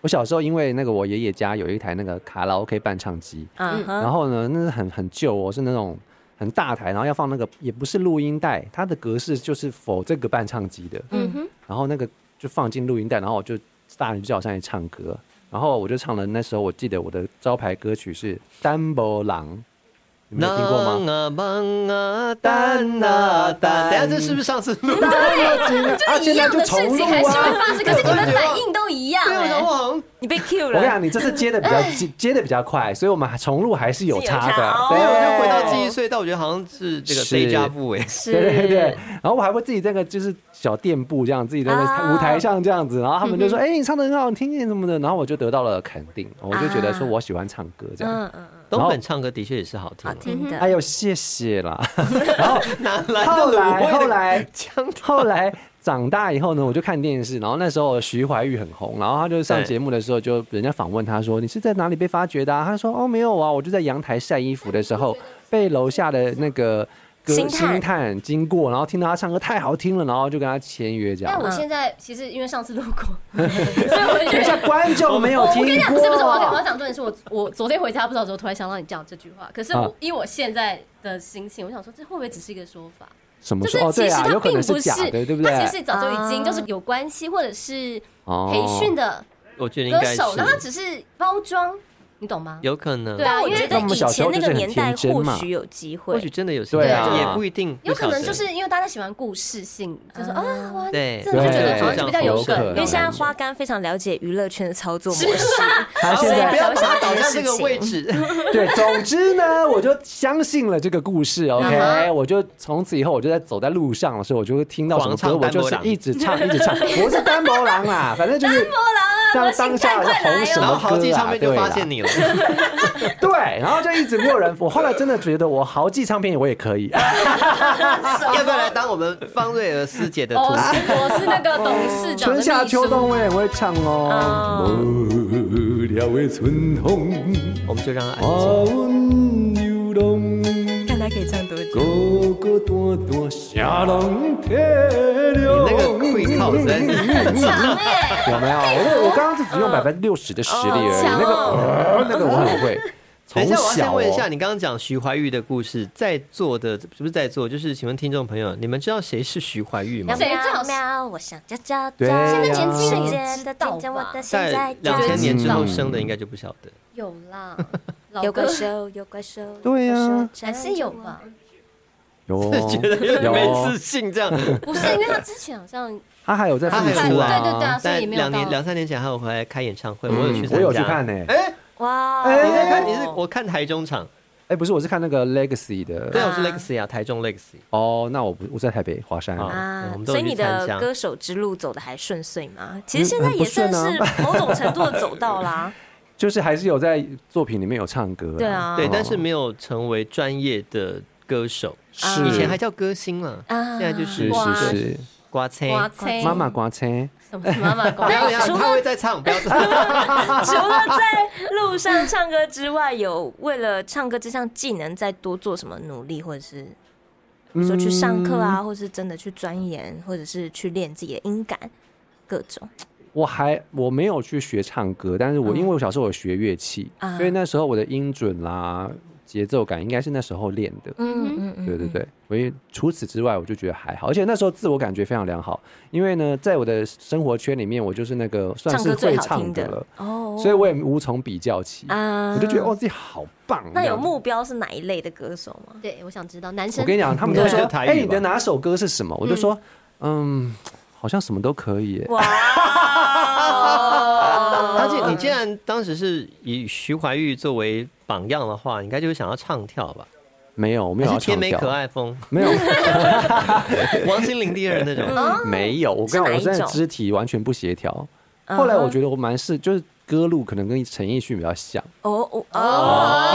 Speaker 2: 我小时候因为那个我爷爷家有一台那个卡拉 OK 伴唱机，
Speaker 3: 嗯哼，
Speaker 2: 然后呢，那是很很旧哦，是那种很大台，然后要放那个也不是录音带，它的格式就是否这个伴唱机的，
Speaker 6: 嗯哼，
Speaker 2: 然后那个就放进录音带，然后我就大人就好像在唱歌，然后我就唱了，那时候我记得我的招牌歌曲是《单波郎》，你们有听过吗？
Speaker 1: 啊忙啊丹啊丹，等一下这是不是上次录？
Speaker 2: 啊，
Speaker 6: 一
Speaker 2: 现在
Speaker 6: 样
Speaker 2: 就
Speaker 6: 的
Speaker 2: 重
Speaker 6: 事
Speaker 2: 录
Speaker 6: 情还是会
Speaker 2: 啊！
Speaker 6: 发生，可是你们反应都一样
Speaker 1: 对，啊我想
Speaker 6: 哎。
Speaker 1: 我好像
Speaker 3: 你被 Q
Speaker 2: 我跟你
Speaker 3: 了，
Speaker 2: 讲，你这次接的比较接接的比较快，所以我们还重录还是有差
Speaker 3: 是有差
Speaker 2: 的
Speaker 3: 哦。
Speaker 2: 对，
Speaker 1: 我就回到记忆隧道，我觉得好像是这个
Speaker 2: 是
Speaker 1: day job 尾。
Speaker 2: 对对对，然后我还会自己在那个就是小店铺这样，自己在那
Speaker 3: 啊嗯
Speaker 2: 舞台上这样子，然后他们就说：“哎、你唱的很好听什么的。”然后我就得到了肯定，我就觉得说我喜欢唱歌这样。
Speaker 3: 啊嗯嗯嗯，
Speaker 1: 东本唱歌的确也是好听
Speaker 3: 好
Speaker 1: 啊，
Speaker 3: 听
Speaker 2: 哎
Speaker 3: 的，
Speaker 2: 呦，谢谢啦！
Speaker 1: 哪来
Speaker 2: 后
Speaker 1: 的
Speaker 2: 来
Speaker 1: 卤
Speaker 2: 后
Speaker 1: 味的？
Speaker 2: 来 后来长大以后呢，我就看电视，然后那时候徐怀钰很红，然后他就上
Speaker 1: 对
Speaker 2: 节目的时候，就人家访问他说：“你是在哪里被发掘的、啊？”他说：“哦，没有啊，我就在阳台晒衣服的时候，被楼下的那个。”歌
Speaker 3: 星探
Speaker 2: 星探经过，然后听到他唱歌太好听了，然后就跟他签约这样。
Speaker 6: 但我现在其实因为上次路 过，所以我就觉
Speaker 2: 等一下
Speaker 6: 得。，
Speaker 2: 观众没有
Speaker 6: 我
Speaker 2: 听
Speaker 6: 跟你讲，
Speaker 2: 过。
Speaker 6: 不是不是，我要我要讲重点是我我昨天回家不知道之后，突然想到你讲这句话。可是
Speaker 2: 啊
Speaker 6: 我以我现在的心情，我想说这会不会只是一个说法？
Speaker 2: 什么
Speaker 6: 就
Speaker 2: 时
Speaker 6: 是
Speaker 2: 候？哦，
Speaker 6: 其
Speaker 2: 对
Speaker 6: 实
Speaker 2: 啊，
Speaker 6: 它
Speaker 2: 有可
Speaker 6: 并
Speaker 2: 能
Speaker 6: 不
Speaker 2: 是假的，对不对？哦
Speaker 6: 它其实早就已经
Speaker 3: 啊
Speaker 6: 就是有关系，或者是培
Speaker 2: 培
Speaker 6: 训的
Speaker 1: 我觉得应
Speaker 6: 歌
Speaker 1: 该是
Speaker 6: 手，然后他只是包装，你懂吗？
Speaker 1: 有可能
Speaker 6: 对。啊，
Speaker 3: 我
Speaker 6: 因
Speaker 3: 觉
Speaker 6: 为
Speaker 3: 得
Speaker 2: 那我们
Speaker 3: 以
Speaker 2: 小时
Speaker 3: 前
Speaker 2: 候
Speaker 3: 那
Speaker 2: 就是
Speaker 3: 个
Speaker 2: 很
Speaker 3: 年代
Speaker 2: 天真
Speaker 3: 或
Speaker 2: 嘛
Speaker 3: 许有机
Speaker 1: 或
Speaker 3: 会嗯
Speaker 1: 许，真的有些
Speaker 2: 对
Speaker 6: 啊
Speaker 1: 也不一定，
Speaker 6: 有可
Speaker 1: 不晓
Speaker 6: 能
Speaker 1: 得嗯
Speaker 6: 就是因为大家喜欢故事性，就说啊，哇，
Speaker 1: 对，
Speaker 6: 这就觉
Speaker 2: 对
Speaker 6: 得好像就比较有
Speaker 2: 有可能
Speaker 6: 梗，
Speaker 3: 因为现在
Speaker 2: 了解
Speaker 3: 花干非常了解娱乐圈的操作模式，
Speaker 2: 他现
Speaker 3: 所以
Speaker 1: 啊
Speaker 6: 啊
Speaker 1: 不
Speaker 2: 在
Speaker 3: 才会
Speaker 1: 要把
Speaker 3: 想到
Speaker 1: 它导
Speaker 3: 这件
Speaker 1: 向这
Speaker 3: 事
Speaker 1: 个位
Speaker 3: 情。
Speaker 1: 置。
Speaker 2: 对，总之呢，我就相信了这个故 事，OK，我就从此以后我就在走在路上的时候，我就会听到什么歌，
Speaker 1: 狂唱
Speaker 2: 我
Speaker 1: 单
Speaker 2: 就
Speaker 1: 薄
Speaker 2: 是
Speaker 1: 狼
Speaker 2: 一直唱一直唱，我是单薄狼啦，反正就是单薄狼啊，当
Speaker 6: 不行
Speaker 2: 当下
Speaker 6: 赶快来
Speaker 2: 红
Speaker 6: 哦
Speaker 2: 什
Speaker 1: 然
Speaker 2: 么
Speaker 1: 后
Speaker 2: 歌
Speaker 1: 豪记
Speaker 2: 啊
Speaker 1: 唱片就
Speaker 2: 对啦
Speaker 1: 发现 你了，
Speaker 2: 对，然后就一直没有人。我后来真的觉得我豪记唱片我也可以，
Speaker 1: 要不要来当我们方瑞儿师姐的徒
Speaker 6: 我
Speaker 1: 弟？
Speaker 6: 啊哦是我是那个董事 长的
Speaker 2: 春
Speaker 6: 秘
Speaker 2: 夏秋
Speaker 6: 书
Speaker 2: 冬我也会唱哦。
Speaker 7: 无聊的春风，
Speaker 1: 我们就让他安
Speaker 2: 哦
Speaker 7: 把
Speaker 1: 静。
Speaker 7: 阮流浪，
Speaker 3: 看他可以唱多久。
Speaker 7: 孤孤单单，谁人体谅？
Speaker 1: 你那个溃靠实在是
Speaker 6: 强哎，
Speaker 2: 有没有？我我刚刚就只用百分之六十的实力而已，
Speaker 6: 强
Speaker 2: 那个呃那个我很会。
Speaker 1: 等
Speaker 2: 从
Speaker 1: 一下，我要
Speaker 2: 小
Speaker 1: 先
Speaker 2: 哦
Speaker 1: 问一下，你刚刚讲徐怀钰的故事，在座的不是在座，就是请问听众朋友，你们知道谁是徐怀钰吗？
Speaker 6: 谁最好
Speaker 5: 喵，我想叫叫
Speaker 2: 对呀
Speaker 5: 现在
Speaker 2: 年轻人
Speaker 6: 也
Speaker 5: 的
Speaker 6: 知道吧
Speaker 5: 现
Speaker 1: 在
Speaker 5: 在叫
Speaker 1: 两千年之后
Speaker 2: 嗯
Speaker 1: 生的，应该就不晓得。
Speaker 6: 有 啦，老
Speaker 5: 有
Speaker 6: 歌
Speaker 5: 怪兽，有怪兽，
Speaker 2: 对呀
Speaker 5: 有怪兽
Speaker 6: 还是有吧？？
Speaker 2: 有
Speaker 1: 觉得有点
Speaker 2: 哦有
Speaker 1: 没自 信这样。
Speaker 6: 不是，因为他之前好像
Speaker 2: 他还有在
Speaker 1: 他
Speaker 2: 付
Speaker 1: 还有
Speaker 2: 出
Speaker 1: 出来哦
Speaker 2: 啊。
Speaker 6: 对对对啊所以
Speaker 1: 但
Speaker 6: 也没有
Speaker 1: 两年
Speaker 6: 到
Speaker 1: 两三年前还有回来开演唱会，我有去
Speaker 2: 嗯
Speaker 1: 参加。
Speaker 2: 我有去看呢。
Speaker 1: 哎，
Speaker 5: 哇，
Speaker 3: 哦
Speaker 1: 你在看？
Speaker 2: 哎
Speaker 1: 你
Speaker 6: 哦
Speaker 1: 是我看台中场，
Speaker 2: 哎，不是，我是看那个 Legacy 的。
Speaker 1: 对，我是 Legacy 啊，台中 Legacy。
Speaker 2: 哦，那我不我在台北华山。
Speaker 1: 啊嗯
Speaker 3: 啊
Speaker 1: 我们，都有
Speaker 3: 所以
Speaker 1: 去
Speaker 3: 你
Speaker 1: 参
Speaker 3: 的
Speaker 1: 加
Speaker 3: 歌手之路走的还顺遂吗？其实
Speaker 2: 嗯
Speaker 3: 现在
Speaker 2: 很不
Speaker 3: 也算
Speaker 2: 顺
Speaker 3: 是
Speaker 2: 啊
Speaker 3: 某种程度的走到 啦。
Speaker 2: 就是还是有在作品里面有唱歌。
Speaker 3: 对啊
Speaker 1: 对
Speaker 2: 哦，
Speaker 1: 但是没有成为专业的歌手，
Speaker 2: 是
Speaker 1: 以前还叫歌星了，
Speaker 3: 啊
Speaker 1: 现在就是
Speaker 2: 是
Speaker 6: 哇
Speaker 2: 是是，
Speaker 1: 刮车。
Speaker 6: 瓜切
Speaker 2: 妈妈刮车。
Speaker 6: 什么妈 妈瓜
Speaker 1: 不要不
Speaker 6: 切，
Speaker 1: 要他会在唱，不要唱。
Speaker 3: 除了在路上唱歌之外，有为了唱歌这项技能再多做什么努力，或者是比如说去上课
Speaker 2: 嗯
Speaker 3: 啊，或是真的去钻研，或者是去练自己的音感，各种
Speaker 2: 我还我没有去学唱歌，但是我因为我小时候有学乐器，
Speaker 3: 嗯啊
Speaker 2: 所以那时候我的音准啦、节奏感应该是那时候练的。
Speaker 3: 嗯嗯嗯，
Speaker 2: 对对对，所以除此之外，我就觉得还好，而且那时候自我感觉非常良好，因为呢，在我的生活圈里面，我就是那个算
Speaker 3: 唱
Speaker 2: 是
Speaker 3: 歌最
Speaker 2: 会
Speaker 3: 好
Speaker 2: 唱
Speaker 3: 听的
Speaker 2: 了，
Speaker 3: 哦
Speaker 2: 所以我也无从比较起，
Speaker 3: 啊
Speaker 2: 我就觉得哦自己好棒。
Speaker 3: 那
Speaker 2: 这
Speaker 3: 有
Speaker 2: 样子
Speaker 3: 目标是哪一类的歌手 吗？
Speaker 6: 对，我想知道男生
Speaker 2: 我跟你讲，他们都
Speaker 1: 对
Speaker 2: 说
Speaker 1: 就：“台语吧
Speaker 2: 哎，你的哪首歌是什么？”我就说：“嗯，好像什么都可以耶。
Speaker 3: 哇，
Speaker 1: 而且你既然当时是以徐怀钰作为榜样的话，你应该就会想要唱跳吧？”
Speaker 2: 没有，我没
Speaker 1: 还
Speaker 2: 有
Speaker 1: 是
Speaker 2: 要
Speaker 1: 甜
Speaker 2: 唱
Speaker 1: 美可
Speaker 2: 跳，
Speaker 1: 爱风，
Speaker 2: 没有，
Speaker 1: 王心凌第二那种。
Speaker 3: 哦
Speaker 2: 没有。我
Speaker 3: 是
Speaker 2: 跟
Speaker 3: 哪
Speaker 2: 我
Speaker 3: 一
Speaker 2: 真的
Speaker 3: 种
Speaker 2: 肢体完全不协调。后来我觉得我蛮是，就是歌路可能跟陈奕迅比较像。
Speaker 3: 哦哦哦，
Speaker 1: 哦，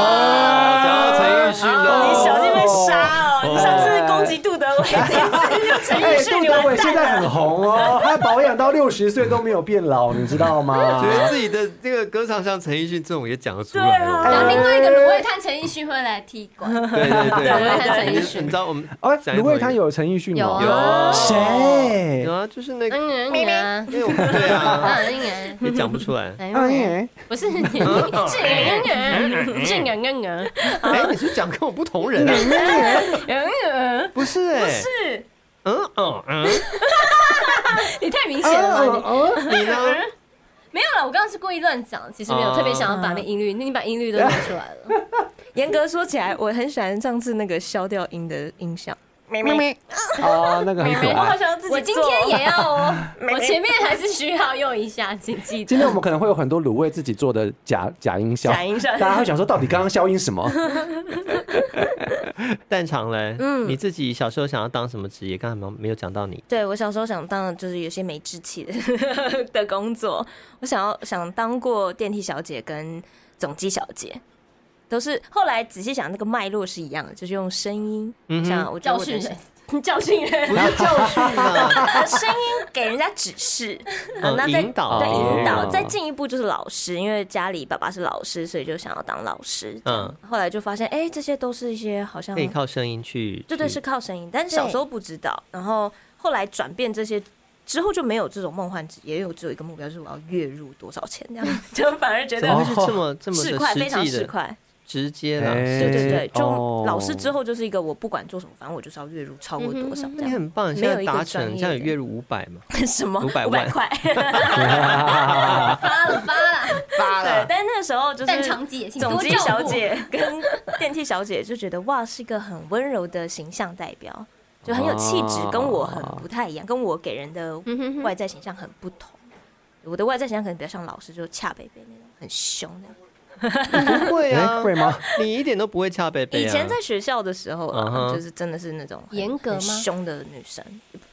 Speaker 1: 讲到陈奕迅
Speaker 2: 哦
Speaker 3: 你小
Speaker 1: 了，
Speaker 3: 心被杀哦！你上次攻击杜德伟， 这一次就陈
Speaker 2: 哎
Speaker 3: 奕，迅，
Speaker 2: 杜
Speaker 3: 你
Speaker 2: 德
Speaker 3: 完
Speaker 2: 伟现
Speaker 3: 蛋
Speaker 2: 在
Speaker 3: 了。
Speaker 2: 很红哦，他保养到六十岁都没有变老，你知道吗
Speaker 1: 觉？得自己的这个歌唱像陈奕迅这种也讲得出
Speaker 3: 对啊
Speaker 1: 来。
Speaker 6: 然后另外一个芦苇炭陈奕迅会来踢 馆，嗯
Speaker 1: 对对对，
Speaker 6: 对我也看陈奕
Speaker 1: 迅，你知道我们
Speaker 2: 哎，
Speaker 1: 讲一
Speaker 2: 芦
Speaker 1: 个
Speaker 2: 苇他有啊陈奕迅
Speaker 6: 有
Speaker 2: 吗？
Speaker 1: 有
Speaker 2: 谁
Speaker 1: 有？啊，就是那个，
Speaker 6: 嗯嗯啊，
Speaker 1: 因为我们对啊，
Speaker 6: 嗯嗯
Speaker 1: 也讲不出来。
Speaker 6: 嗯嗯，
Speaker 2: 哎，
Speaker 6: 不是你，这个嗯嗯，这个嗯嗯
Speaker 3: 啊
Speaker 1: 哎，你是讲跟我不同人啊？
Speaker 6: 嗯
Speaker 1: 不是哎，不是，嗯嗯嗯，
Speaker 6: 嗯，你太明显
Speaker 3: 哦
Speaker 6: 了吧你。
Speaker 1: 你呢？
Speaker 3: 嗯
Speaker 6: 没有了，我刚刚是故意乱讲，其实没有
Speaker 3: 哦
Speaker 6: 特别想要把那音律，那你把音律都念出来了。
Speaker 3: 严格说起来，我很喜欢上次那个消掉音的音效，
Speaker 2: 哦，那个很可
Speaker 3: 我好
Speaker 2: 爱。
Speaker 3: 想要自己
Speaker 6: 我今天 也要哦，我前面还是需要用一下，请记
Speaker 2: 今
Speaker 6: 得。
Speaker 2: 天我们可能会有很多卤味自己做的假假音效，
Speaker 3: 假音效
Speaker 2: 大家会想说到底刚刚消音什 么？
Speaker 1: 蛋肠嘞，嗯，你自己小时候想要当什么职业？刚才没有没有讲到你，
Speaker 3: 对我小时候想当的就是有些没志气的的工作，我想要想当过电梯小姐跟总机小姐，都是后来仔细想那个脉络是一样的，就是用声音，像我觉得
Speaker 6: 教
Speaker 3: 我
Speaker 6: 训
Speaker 3: 的
Speaker 6: 人，
Speaker 3: 声嗯教训人，
Speaker 1: 不是教训啊，
Speaker 3: 声音给人家指示，
Speaker 1: 呃
Speaker 3: 嗯那再
Speaker 1: 引导
Speaker 3: 对
Speaker 2: 哦
Speaker 3: 引导，
Speaker 2: 哦
Speaker 3: 再进一步就是老师，因为家里爸爸是老师，所以就想要当老师。嗯
Speaker 1: 嗯，
Speaker 3: 后来就发现，哎、这些都是一些好像
Speaker 1: 可以靠声音去，
Speaker 3: 对对，是靠声音，但是小时候不知道，然后后来转变这些之后就没有这种梦幻职业，也有只有一个目标，就是我要月入多少钱这样， 就反而觉
Speaker 1: 怎么
Speaker 3: 得
Speaker 1: 会是这么这么
Speaker 3: 市
Speaker 1: 的
Speaker 3: 侩，非常
Speaker 1: 实际
Speaker 3: 市
Speaker 1: 的
Speaker 3: 侩。
Speaker 1: 直接啦？
Speaker 2: 哎
Speaker 3: 对对对，
Speaker 2: 哦
Speaker 3: 就老师之后就是一个我不管做什么，反正我就是要月入超过多少这
Speaker 1: 你
Speaker 3: 样。
Speaker 1: 很棒，你现在达成，你现在有月入嗯五百嘛？
Speaker 3: 什么
Speaker 1: 500万
Speaker 3: 百块？
Speaker 6: 发了发了，
Speaker 1: 发
Speaker 3: 对，，但那时候就是
Speaker 6: 蛋肠姐，请
Speaker 3: 总
Speaker 6: 多
Speaker 3: 机
Speaker 6: 照顾
Speaker 3: 小姐 跟电梯小姐就觉得哇，是一个很温柔的形象代表，就很有气质
Speaker 2: 哦，
Speaker 3: 跟我很不太一样，跟我给人的
Speaker 6: 嗯
Speaker 3: 外在形象很不同。我的外在形象可能比较像老师，就恰北北那种，很凶的。
Speaker 1: 不会啊
Speaker 2: 哎，会吗？
Speaker 1: 你一点都不会掐贝贝啊。
Speaker 3: 以前在学校的时候啊
Speaker 1: 嗯哼
Speaker 3: 就是真的是那种很
Speaker 6: 严格吗
Speaker 3: 很凶的女生，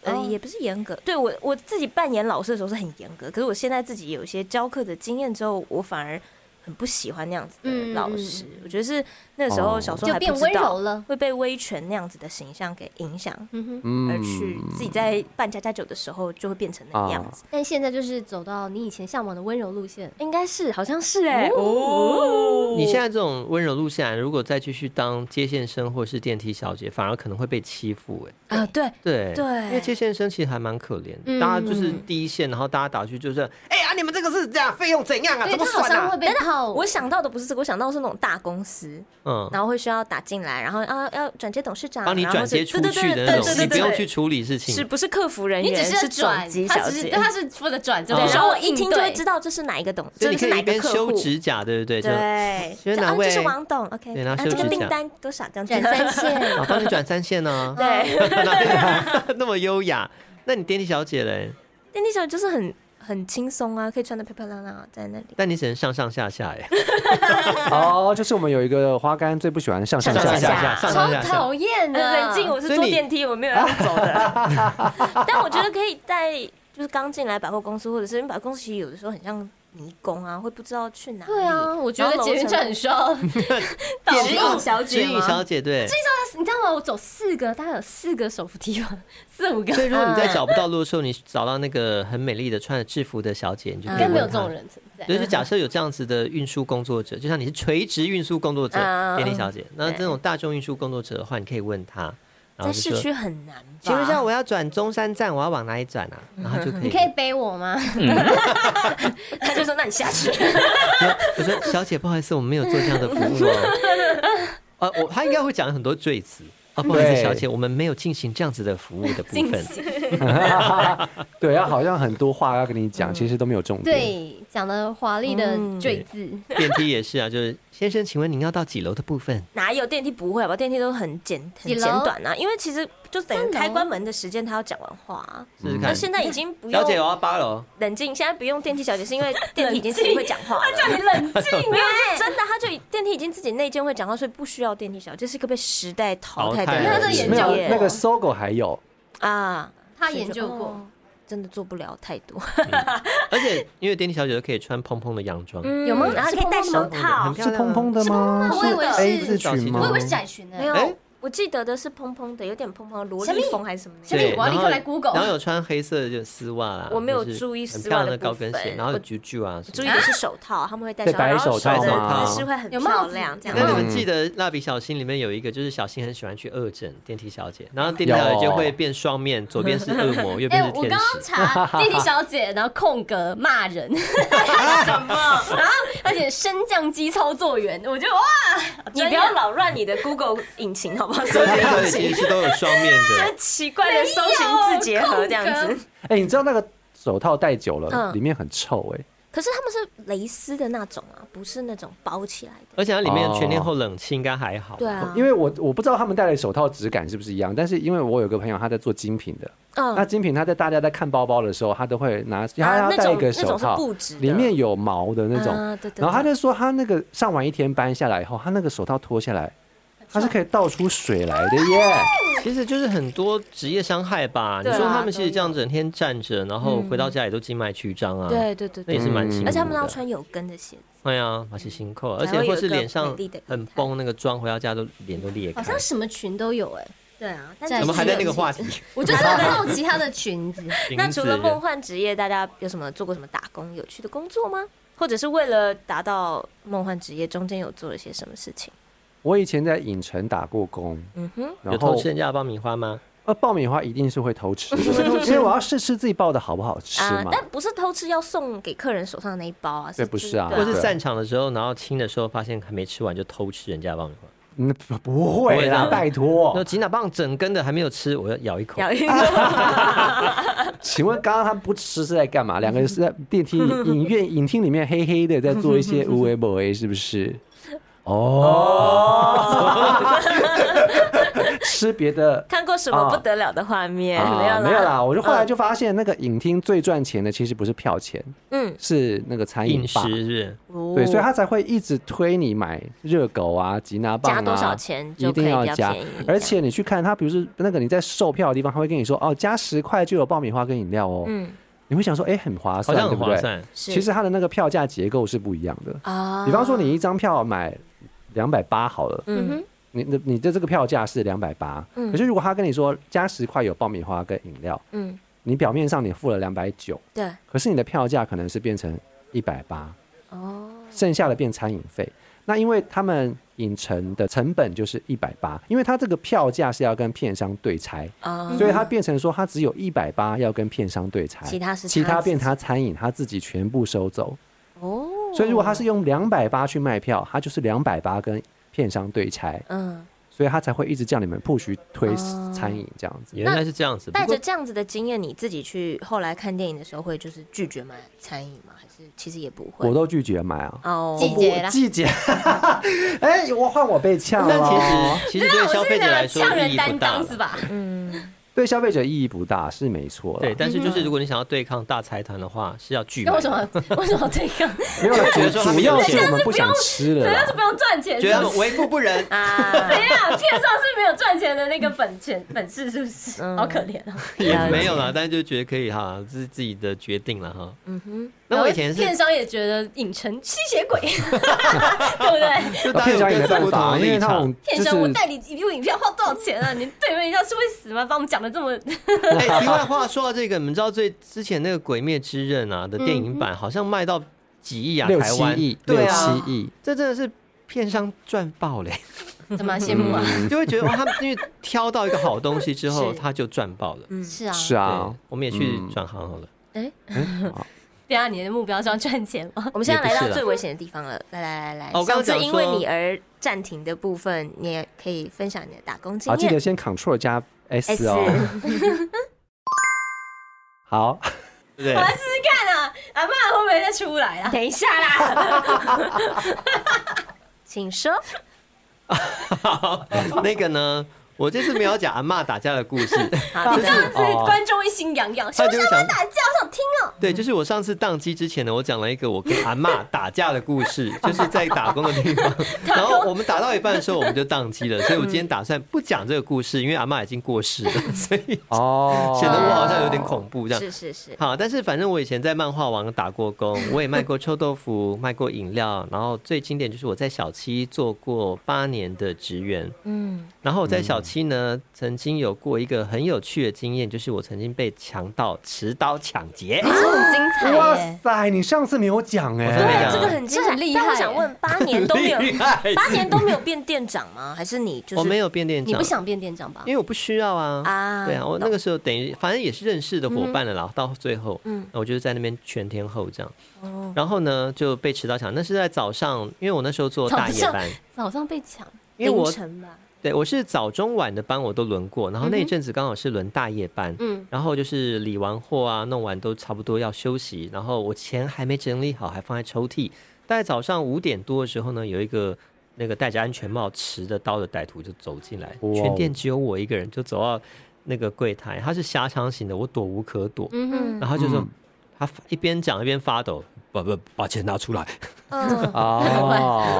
Speaker 3: 呃，
Speaker 6: 哦
Speaker 3: 也不是严格。对我我自己扮演老师的时候是很严格，可是我现在自己有一些教课的经验之后，我反而很不喜欢那样子的老师。我觉得是那时候
Speaker 2: 哦
Speaker 3: 小时候
Speaker 6: 就
Speaker 3: 还
Speaker 6: 变
Speaker 3: 不知
Speaker 6: 温柔
Speaker 3: 道
Speaker 6: 了。
Speaker 3: 会被威权那样子的形象给影响，
Speaker 6: 嗯哼，
Speaker 3: 而
Speaker 2: 嗯，
Speaker 3: 去自己在办家家酒的时候就会变成那个样子。
Speaker 6: 但现在就是走到你以前向往的温柔路线，
Speaker 3: 嗯应该是，好像是哎、哦
Speaker 1: 你现在这种温柔路线，如果再继续当接线生或是电梯小姐，反而可能会被欺负哎、
Speaker 3: 啊，对
Speaker 1: 对
Speaker 3: 对
Speaker 1: 因为接线生其实还蛮可怜的，
Speaker 6: 嗯
Speaker 1: 大家就是第一线，然后大家打去就是，哎、呀、你们这个是这样，费用怎样啊？
Speaker 6: 对
Speaker 1: 怎么
Speaker 6: 他好
Speaker 1: 算
Speaker 6: 像
Speaker 1: 啊
Speaker 6: 会？被套。
Speaker 3: 我想到的不是这个，我想到的是那种大公司，
Speaker 1: 嗯，
Speaker 3: 然后会需要打进来，然后啊要转接董事长，
Speaker 1: 帮你转接出去的那
Speaker 3: 然后
Speaker 1: 种，
Speaker 3: 是对对对对对对
Speaker 1: 你不用
Speaker 3: 对
Speaker 1: 去处理事情。
Speaker 3: 是不是客服人
Speaker 6: 你
Speaker 3: 员？
Speaker 6: 只
Speaker 3: 是
Speaker 6: 转
Speaker 3: 转机，
Speaker 6: 他
Speaker 3: 小
Speaker 6: 只是
Speaker 3: 姐。哦
Speaker 6: 但他是负责转这
Speaker 3: 对，
Speaker 6: 边，
Speaker 3: 然后我一听就会知
Speaker 6: 道。
Speaker 3: 道这是哪一个董，
Speaker 1: 所
Speaker 3: 这
Speaker 1: 以你
Speaker 3: 是
Speaker 1: 可以
Speaker 3: 哪
Speaker 1: 一
Speaker 3: 一个
Speaker 1: 边
Speaker 3: 客
Speaker 1: 修
Speaker 3: 户。
Speaker 1: 指甲，对不对？就
Speaker 3: 对，
Speaker 1: 就
Speaker 3: 就
Speaker 1: 哪
Speaker 3: 啊
Speaker 1: 位
Speaker 3: 这是王董，OK，
Speaker 1: 对然后
Speaker 3: 啊这
Speaker 1: 休
Speaker 3: 个
Speaker 1: 息一下
Speaker 3: 订单多少这样子？
Speaker 6: 转三线，
Speaker 1: 啊，帮 你转三线呢、
Speaker 3: 对，
Speaker 1: 那么优雅。那你电梯小姐嘞？
Speaker 3: 电梯小姐就是很很轻松啊，可以穿的漂漂亮亮在那里。
Speaker 1: 但你只能上上下下 哎，
Speaker 2: 哦，就是我们有一个花干最不喜欢上上
Speaker 1: 上
Speaker 2: 下
Speaker 1: 下
Speaker 2: 下，
Speaker 1: 下，上
Speaker 6: 超
Speaker 1: 上下下。
Speaker 6: 讨厌
Speaker 3: 很
Speaker 6: 的。
Speaker 3: 冷静，我是
Speaker 1: 所以
Speaker 3: 坐
Speaker 1: 你
Speaker 3: 电梯，我没有要走的。 但我觉得可以带，就是刚进来百货公司，或者是因为百货公司其实有的时候很像迷宫啊，会不知道去哪里。
Speaker 6: 对啊，我觉
Speaker 3: 嗯然
Speaker 6: 得
Speaker 3: 后
Speaker 6: 捷运
Speaker 3: 楼层
Speaker 6: 站很需要导
Speaker 1: 电梯
Speaker 6: 引小
Speaker 1: 指
Speaker 6: 姐
Speaker 1: 引
Speaker 6: 吗？
Speaker 1: 小姐对，
Speaker 6: 你知道吗？我走四个，大概有四个手扶梯吧，四五个
Speaker 1: 所，以如果你在找不到路的时候，你找到那个很美丽的穿着制服的小姐，你就
Speaker 3: 嗯
Speaker 1: 可
Speaker 6: 应
Speaker 1: 以
Speaker 6: 该没有
Speaker 1: 问
Speaker 6: 这
Speaker 1: 她
Speaker 6: 种。人存在。
Speaker 1: 对，就假设有这样子的运输工作者，就像你是垂直运输工作者
Speaker 3: 嗯嗯嗯，
Speaker 1: 电梯小姐，那这种大众运输工作者的话，你可以问她，然
Speaker 3: 在
Speaker 1: 后就
Speaker 3: 市
Speaker 1: 说
Speaker 3: 区很难吧？
Speaker 1: 请问一下，我要转中山站，我要往哪里转啊？然后就可以。
Speaker 6: 你可以背我吗？
Speaker 1: 嗯
Speaker 3: 他就说：“那你下 去。
Speaker 1: 我说小姐，不好意思，我们没有做这样的服务哦。 啊，我他应该会讲很多赘词啊，不好意思，
Speaker 2: 对
Speaker 1: 小姐，我们没有进行这样子的服务的部分。
Speaker 2: 对，他好像很多话要跟你讲，其实都没有重点。
Speaker 6: 对，讲的华丽的
Speaker 3: 嗯
Speaker 6: 赘字，
Speaker 1: 电梯也是啊，就是先生，请问您要到几楼的部分？”
Speaker 3: 哪有电梯不会吧？电梯都很简很
Speaker 6: 几楼
Speaker 3: 简短啊，因为其实就等
Speaker 6: 三
Speaker 3: 于
Speaker 6: 楼
Speaker 3: 开关门的时间，他要讲完话啊。
Speaker 1: 试试
Speaker 3: 那
Speaker 1: 看。
Speaker 3: 现在已经不
Speaker 1: 小姐，我
Speaker 2: 哦
Speaker 3: 用
Speaker 1: 要八楼。
Speaker 3: 冷静，现在不用电梯小姐，是因 为电梯已经自己会讲话了。
Speaker 6: 你冷静
Speaker 3: 没有，是真的，他就电梯已经自己内建会讲话，所以不需要电梯小姐，这是一个被时代淘汰的
Speaker 1: 淘
Speaker 3: 人
Speaker 1: 汰
Speaker 3: 类。
Speaker 1: 了
Speaker 6: 他的研
Speaker 2: 没
Speaker 6: 究
Speaker 2: 有
Speaker 6: 过
Speaker 2: 那个搜狗还有，
Speaker 3: 啊，
Speaker 6: 他研究
Speaker 3: 所以就
Speaker 6: 过
Speaker 3: 哦，真的做不了太多，
Speaker 1: 而且因为电梯小姐都可以穿蓬蓬的洋装，
Speaker 6: 嗯
Speaker 3: 有吗？然后
Speaker 6: 是
Speaker 3: 可以戴
Speaker 6: 蓬蓬
Speaker 3: 手
Speaker 6: 吗
Speaker 3: 套
Speaker 1: 很，漂
Speaker 2: 是
Speaker 1: 亮啊
Speaker 2: 蓬蓬的吗？
Speaker 6: 是蓬蓬的我以为
Speaker 2: A
Speaker 6: 是
Speaker 2: 字裙吗？
Speaker 6: 我以为是窄裙呢
Speaker 3: 没。有
Speaker 1: 哎，
Speaker 3: 我记得的是蓬蓬的，有点蓬蓬萝
Speaker 6: 小
Speaker 3: 莉
Speaker 6: 米
Speaker 3: 风还是什么那个。
Speaker 6: 小米
Speaker 1: 对，
Speaker 6: 我要立刻
Speaker 1: 然后
Speaker 6: 来 Google
Speaker 1: 然后有穿黑色的就丝袜啦，
Speaker 3: 我没有
Speaker 1: 就是
Speaker 3: 注意丝
Speaker 1: 很
Speaker 3: 袜的
Speaker 1: 漂亮的高跟
Speaker 3: 部
Speaker 1: 鞋，
Speaker 3: 分
Speaker 1: 然后有
Speaker 3: 我
Speaker 1: 啾啾啊什么的。
Speaker 3: 注意的是手套，他们会戴
Speaker 2: 对
Speaker 3: 手套，然后
Speaker 2: 白手套
Speaker 3: 手
Speaker 1: 嘛
Speaker 3: 的姿势会很
Speaker 6: 有帽
Speaker 3: 漂
Speaker 6: 子
Speaker 3: 亮，这样
Speaker 1: 那
Speaker 3: 子
Speaker 2: 帽
Speaker 1: 你们
Speaker 2: 子
Speaker 1: 记得《蜡笔小新》里面有一个，就是小新很喜欢去恶整电梯小姐，然后电梯小姐就会变双面，左边是恶 魔，右
Speaker 6: 哎、
Speaker 1: 边是
Speaker 6: 我
Speaker 1: 天
Speaker 6: 刚刚
Speaker 1: 使。
Speaker 6: 查电梯小姐，然后空格骂人， 什么？ 然后而且升降机操作员，我就哇，哦
Speaker 3: 你不要老乱你的 Google 引擎好不好？，
Speaker 1: 所以电梯小姐其实是都有双面的
Speaker 3: 奇怪的搜寻字结合这样
Speaker 6: 没有空
Speaker 3: 子。
Speaker 2: 哎，你知道那个手套戴久了，
Speaker 3: 嗯
Speaker 2: 里面很臭哎。
Speaker 3: 可是他们是蕾丝的那种啊，不是那种包起来的。
Speaker 1: 而且它里面全天候冷气应该还好。
Speaker 3: 对，
Speaker 2: 哦
Speaker 3: 啊，
Speaker 2: 因为我我不知道他们戴的手套质感是不是一样，但是因为我有个朋友他在做精品的，那
Speaker 3: 嗯，
Speaker 2: 精品他在大家在看包包的时候，他都会拿，他
Speaker 3: 啊
Speaker 2: 要
Speaker 3: 那
Speaker 2: 戴一
Speaker 3: 种
Speaker 2: 个
Speaker 3: 那
Speaker 2: 手
Speaker 3: 种是
Speaker 2: 套，
Speaker 3: 布质的
Speaker 2: 里面有毛的那种。
Speaker 3: 啊对对对
Speaker 2: 然后他就说，他那个上完一天班下来以后，他那个手套脱下来，他是可以倒出水来的耶。
Speaker 1: 其实就是很多职业伤害吧。你
Speaker 3: 对啊嗯
Speaker 1: 说他们其实这样整天站着，然后回到家里都静脉曲张啊，
Speaker 3: 对对对
Speaker 2: 嗯
Speaker 1: 那也
Speaker 3: 对，
Speaker 1: 是蛮辛苦的。
Speaker 3: 而且他们都要穿有跟的鞋子，
Speaker 1: 哎呀，还是辛苦，啊而
Speaker 3: 才
Speaker 1: 且
Speaker 3: 会有一
Speaker 1: 或
Speaker 3: 个
Speaker 1: 是脸上
Speaker 3: 美丽的仪态
Speaker 1: 很崩，那个妆回到家都脸都裂
Speaker 6: 好
Speaker 1: 开
Speaker 6: 像。什么裙都有哎、
Speaker 3: 对啊。
Speaker 6: 但
Speaker 1: 怎么还在那个话题？
Speaker 6: 我 就是很好奇她的裙子。
Speaker 3: 那除了梦幻职业，大家有什么做过什么打工有趣的工作吗？或者是为了达到梦幻职业，中间有做了些什么事情？
Speaker 2: 我以前在影城打过工，
Speaker 3: 嗯哼，
Speaker 1: 有
Speaker 2: 然
Speaker 1: 偷
Speaker 2: 后
Speaker 1: 吃人家的爆米花吗？
Speaker 2: 呃爆米花一定是会偷吃的，因为我要试吃自己爆的好不好吃
Speaker 3: 啊，
Speaker 2: 嘛。
Speaker 3: 但不是偷吃，要送给客人手上的那一包啊。
Speaker 2: 对不是啊
Speaker 3: 对
Speaker 1: 或
Speaker 2: 我
Speaker 1: 是散场的时候，然后清的时候发现还没吃完，就偷吃人家的爆米花。
Speaker 2: 嗯，不不会啦，拜
Speaker 1: 那
Speaker 2: 托。
Speaker 1: 吉拿棒整根的还没有吃，我要咬一口。
Speaker 3: 咬一口
Speaker 2: 请问刚刚他们不吃是在干嘛？两个人是在电梯影院影厅里面黑黑的在做一些无为不为，是不是？ 吃别的。
Speaker 3: 看过什么不得了的画面？ 没有
Speaker 2: 哦啊，
Speaker 3: 啦，
Speaker 2: 没有啦，我就后来就发现，那个影厅最赚钱的其实不是票钱，
Speaker 3: 嗯，
Speaker 2: 是那个餐饮
Speaker 1: 饮食
Speaker 2: 吧
Speaker 1: 是不是？
Speaker 3: 哦
Speaker 2: 对，所以他才会一直推你买热狗啊、吉拿棒啊，
Speaker 3: 加多少钱就
Speaker 2: 一定
Speaker 3: 可以
Speaker 2: 要
Speaker 3: 比较
Speaker 2: 加
Speaker 3: 便宜。
Speaker 2: 而且你去看他，比如说那个你在售票的地方，他会跟你说哦，加十块就有爆米花跟饮料哦。
Speaker 3: 嗯，
Speaker 2: 你会想说，哎，很划
Speaker 1: 好
Speaker 2: 算，
Speaker 1: 像
Speaker 2: 对
Speaker 1: 很
Speaker 2: 不
Speaker 1: 划
Speaker 2: 对？
Speaker 1: 算。
Speaker 3: 是
Speaker 2: 其实它的那个票价结构是不一样的。
Speaker 3: 啊，
Speaker 2: 比方说，你一张票买两百八好了，
Speaker 3: 嗯哼，
Speaker 2: 你的你的这个票价是两百八，
Speaker 3: 嗯
Speaker 2: 可是如果他跟你说加十块有爆米花跟饮料，
Speaker 3: 嗯，
Speaker 2: 你表面上你付了两百九，
Speaker 3: 对，
Speaker 2: 可是你的票价可能是变成一百八，
Speaker 3: 哦，
Speaker 2: 剩下的变餐饮费。那因为他们影城的成本就是一百八，因为它这个票价是要跟片商对拆，
Speaker 3: 啊，
Speaker 2: 所以它变成说它只有一百八要跟片商对拆，
Speaker 3: 其他是
Speaker 2: 其
Speaker 3: 他
Speaker 2: 他
Speaker 3: 自己
Speaker 2: 变他餐饮他自己全部收走。
Speaker 3: 哦，
Speaker 2: 所以如果他是用两百八去卖票，他就是两百八跟片商对拆，
Speaker 3: 嗯，
Speaker 2: 所以他才会一直叫你们 push 推
Speaker 3: 哦
Speaker 2: 餐饮这样子。
Speaker 1: 原来是这样子，
Speaker 3: 带
Speaker 1: 不
Speaker 3: 着
Speaker 1: 过
Speaker 3: 这样子的经验，你自己去后来看电影的时候，会就是拒绝买餐饮吗？还是其实也不会
Speaker 2: 我？都拒绝买啊。
Speaker 3: 哦，
Speaker 6: 季 节啦，
Speaker 2: 季节， 哎、我换我被呛
Speaker 1: 但
Speaker 2: 了哦。
Speaker 1: 其实其实对消费者来说
Speaker 6: 呛
Speaker 1: 意
Speaker 6: 人
Speaker 1: 义不
Speaker 6: 担
Speaker 1: 大
Speaker 6: 当
Speaker 1: 啦
Speaker 6: 是。吧？
Speaker 3: 嗯，
Speaker 2: 对消费者意义不大是没错啦
Speaker 1: 对，但是就是如果你想要对抗大财团的话，是要拒买
Speaker 6: 那
Speaker 1: 的。
Speaker 6: 为什么为什么这个？
Speaker 2: 没有啦
Speaker 1: 觉得
Speaker 2: 主
Speaker 1: 说他
Speaker 2: 主
Speaker 1: 们
Speaker 2: 要
Speaker 1: 有
Speaker 2: 是
Speaker 1: 钱
Speaker 2: 我们不想吃了
Speaker 6: 人
Speaker 2: 啦
Speaker 6: 家是。不用赚钱，
Speaker 1: 觉得他
Speaker 6: 是不
Speaker 1: 们为
Speaker 6: 是
Speaker 1: 富不仁？
Speaker 3: 啊，
Speaker 6: 怎样？天上是没有赚钱的那个本钱本事，是不是？
Speaker 3: 嗯
Speaker 6: 好可怜啊！
Speaker 1: 也没有啦，但是就觉得可以哈，这是自己的决定了哈。
Speaker 3: 嗯哼，
Speaker 1: 那我以前是
Speaker 6: 电商也觉得影城吸血鬼， 对不对？
Speaker 1: 就
Speaker 2: 骗家也没
Speaker 1: 各自
Speaker 2: 办
Speaker 1: 不同
Speaker 2: 法，啊
Speaker 1: 的
Speaker 2: 因为
Speaker 1: 立
Speaker 2: 那
Speaker 1: 场
Speaker 2: 种。
Speaker 6: 片
Speaker 2: 就
Speaker 6: 商，我
Speaker 2: 是
Speaker 6: 带你一部影片花多少钱啊？你对面要是会死吗？把我们讲的这 么……
Speaker 1: 哎，题外话说到这个，你们知道最之前那个《鬼灭之刃》啊的电
Speaker 3: 嗯
Speaker 1: 影版，好像卖到几亿啊，
Speaker 2: 六
Speaker 1: 台
Speaker 2: 七
Speaker 1: 湾
Speaker 2: 亿，
Speaker 1: 对
Speaker 2: 六
Speaker 1: 啊，
Speaker 2: 七亿，
Speaker 1: 这真的是片商赚 爆嘞，
Speaker 6: 怎么羡慕啊？
Speaker 1: 就会觉得哇，他们因为挑到一个好东西之后，
Speaker 3: 是
Speaker 1: 他就赚爆了。
Speaker 3: 嗯，
Speaker 6: 是啊，
Speaker 2: 是
Speaker 1: 对
Speaker 2: 啊，，
Speaker 1: 我们也去
Speaker 2: 嗯
Speaker 1: 转行好了。
Speaker 6: 对啊，你的目标是要赚钱吗？
Speaker 3: 我们现在来
Speaker 1: 也不
Speaker 3: 到
Speaker 1: 是啦
Speaker 3: 最危险的地方了，来来来来，
Speaker 1: 哦我刚刚
Speaker 3: 上次
Speaker 1: 讲
Speaker 3: 因为
Speaker 1: 说
Speaker 3: 你而暂停的部分，你也可以分享你的打工经
Speaker 2: 好，
Speaker 1: 啊
Speaker 2: 记得
Speaker 3: 验。哎
Speaker 2: 先 Ctrl 加 S
Speaker 3: S，
Speaker 2: 哦。好，
Speaker 1: 对 不
Speaker 6: 我来
Speaker 1: 对？
Speaker 6: 试试看啊！阿爸会不会再出来啊？
Speaker 3: 等一下啦，请说。
Speaker 1: 那个呢，我这次没有讲阿嬷打架的故事，
Speaker 3: 好
Speaker 6: 这样
Speaker 3: 的，
Speaker 6: 子观众会心痒痒，是
Speaker 1: 他
Speaker 6: 不
Speaker 1: 就是会想，
Speaker 6: 打架？我哦想听哦。
Speaker 1: 对，就是我上次宕机之前呢，我讲了一个我跟阿嬷打架的故事，就是在打工的地方，然后我们打到一半的时候我们就宕机了，所以我今天打算不讲这个故事，因为阿嬷已经过世了，所以
Speaker 2: 哦，
Speaker 1: 显得我好像有点恐怖这样。
Speaker 3: 是是是，
Speaker 1: 好，但是反正我以前在漫画王打过工，我也卖过臭豆腐，卖过饮料，然后最经典就是我在小七做过八年的职员，
Speaker 3: 嗯，
Speaker 1: 然后我在小七呢，曾经有过一个很有趣的经验，就是我曾经被强盗持刀抢劫。
Speaker 6: 很啊精彩
Speaker 2: 哇！塞，你上次没有讲
Speaker 1: 我真的没
Speaker 2: 哎
Speaker 1: 讲，啊
Speaker 3: 这个很精
Speaker 6: 这
Speaker 3: 彩
Speaker 6: 很厉
Speaker 3: 但我
Speaker 6: 害
Speaker 3: 想
Speaker 6: 耶
Speaker 3: 问，八年都没有
Speaker 1: 厉害
Speaker 3: 八年都没有变店长吗？还是你就是
Speaker 1: 我没有变店
Speaker 6: 你
Speaker 1: 长
Speaker 6: 不，想变店长吧
Speaker 1: 因？为我不需要啊。
Speaker 3: 啊
Speaker 1: 对啊，我那个时候等于反正也是认识的伙伴了啦，到最后，嗯，我就是在那边全天候这样。然后呢，就被持刀抢，那是在早上，因为我那时候做大夜
Speaker 6: 早
Speaker 1: 班，
Speaker 6: 早上被抢，
Speaker 1: 因为我
Speaker 6: 凌晨吧，嗯
Speaker 1: 对，我是早中晚的班我都轮过，然后那一阵子刚好是轮大夜班，嗯，然后就是理完货啊，弄完都差不多要休息，然后我钱还没整理好，还放在抽屉。大概早上五点多的时候呢，有一个那个戴着安全帽、持着刀的歹徒就走进来，
Speaker 2: 哇哦
Speaker 1: 全店只有我一个人，就走到那个柜台，他是狭长型的，我躲无可躲，
Speaker 6: 嗯哼，
Speaker 1: 然后就说、
Speaker 2: 嗯
Speaker 1: 他一边讲一边发抖，把把呃把钱拿出来，
Speaker 3: 嗯
Speaker 2: 哦，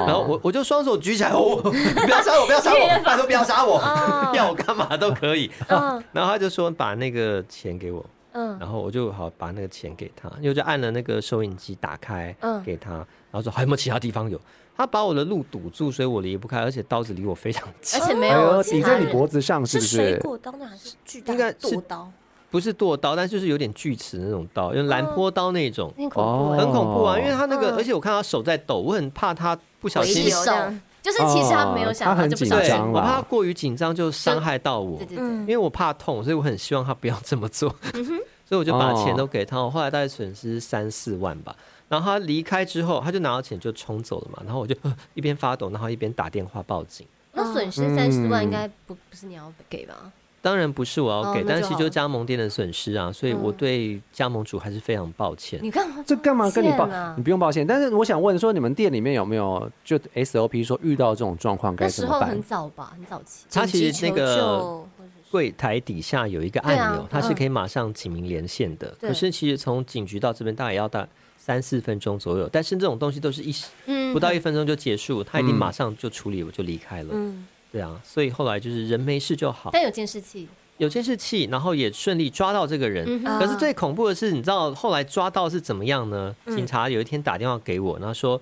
Speaker 1: 然后我我就双手举起来， 哦，不要杀我，不要杀 我，拜托不要杀我， 要我干嘛都可以。
Speaker 3: 哦嗯
Speaker 1: 然后他就说把那个钱给我，
Speaker 3: 嗯
Speaker 1: 然后我就好把那个钱给他，因为我就按了那个收银机打开，
Speaker 3: 嗯
Speaker 1: 给他，然后说还有没有其他地方有？他把我的路堵住，所以我离不开，而且刀子离我非常近，
Speaker 6: 而且没
Speaker 2: 哎呦，
Speaker 6: 有其
Speaker 2: 抵
Speaker 6: 他
Speaker 2: 在
Speaker 6: 人
Speaker 2: 你脖子上是
Speaker 3: 是
Speaker 2: 不
Speaker 3: 水
Speaker 2: 是？
Speaker 3: 果刀呢，还是巨大
Speaker 1: 应该
Speaker 3: 的
Speaker 1: 是
Speaker 3: 剁刀？
Speaker 1: 不是剁刀，但就是有点锯齿的那种刀，用兰坡刀那种，
Speaker 6: 那恐怖欸
Speaker 1: 很恐怖啊！因为他那个，
Speaker 3: 嗯
Speaker 1: 而且我看他手在抖，我很怕他不小
Speaker 6: 回
Speaker 1: 心
Speaker 3: 回
Speaker 6: 手
Speaker 3: 手这样，
Speaker 6: 就是其实哦他没有
Speaker 2: 哦
Speaker 6: 想
Speaker 2: 他
Speaker 6: 到
Speaker 2: 很
Speaker 6: 就不
Speaker 2: 紧
Speaker 6: 小
Speaker 1: 对，
Speaker 6: 心
Speaker 2: 张，
Speaker 1: 我怕他过于紧张就伤害到我。
Speaker 6: 对对对，
Speaker 3: 嗯
Speaker 1: 因为我怕痛，所以我很希望他不要这么做，
Speaker 6: 嗯
Speaker 1: 所以我就把钱都给他。我后来大概损失三四万吧。然后他离开之后，他就拿到钱就冲走了嘛。然后我就呃一边发抖，然后一边打电话报警。
Speaker 6: 嗯那损失三十万应该不不是你要给吧？
Speaker 1: 当然不是我要
Speaker 6: 哦
Speaker 1: 给，
Speaker 6: 那就
Speaker 1: 但是
Speaker 6: 好嗯
Speaker 1: 就是加盟店的损失啊，所以我对加盟主还是非常抱歉。
Speaker 6: 你干嘛？
Speaker 2: 这干嘛跟你抱
Speaker 6: 歉啊？
Speaker 2: 你不用抱歉。但是我想问说，你们店里面有没有就 SOP 说遇到这种状况该
Speaker 6: 那
Speaker 2: 怎
Speaker 6: 时
Speaker 2: 么
Speaker 6: 候
Speaker 2: 办
Speaker 6: 很？早吧，很早起。
Speaker 1: 他其实那
Speaker 3: 紧急
Speaker 1: 个哦
Speaker 3: 求救
Speaker 1: 柜台底下有一个按钮，
Speaker 6: 对啊
Speaker 1: 它是可以马上警民连线的。
Speaker 6: 对
Speaker 1: 可是其实从警局到这边大概要到三四分钟左右，但是这种东西都是一时
Speaker 6: 嗯
Speaker 1: 不到一分钟就结束，他一定马上就处理，我就离开了。
Speaker 3: 嗯，
Speaker 1: 对啊，所以后来就是人没事就好，
Speaker 6: 但有监视器，
Speaker 1: 有监视器，然后也顺利抓到这个人。
Speaker 6: 嗯
Speaker 3: 啊
Speaker 1: 可是最恐怖的是，你知道后来抓到是怎么样呢？
Speaker 3: 嗯
Speaker 1: 警察有一天打电话给我，然后说。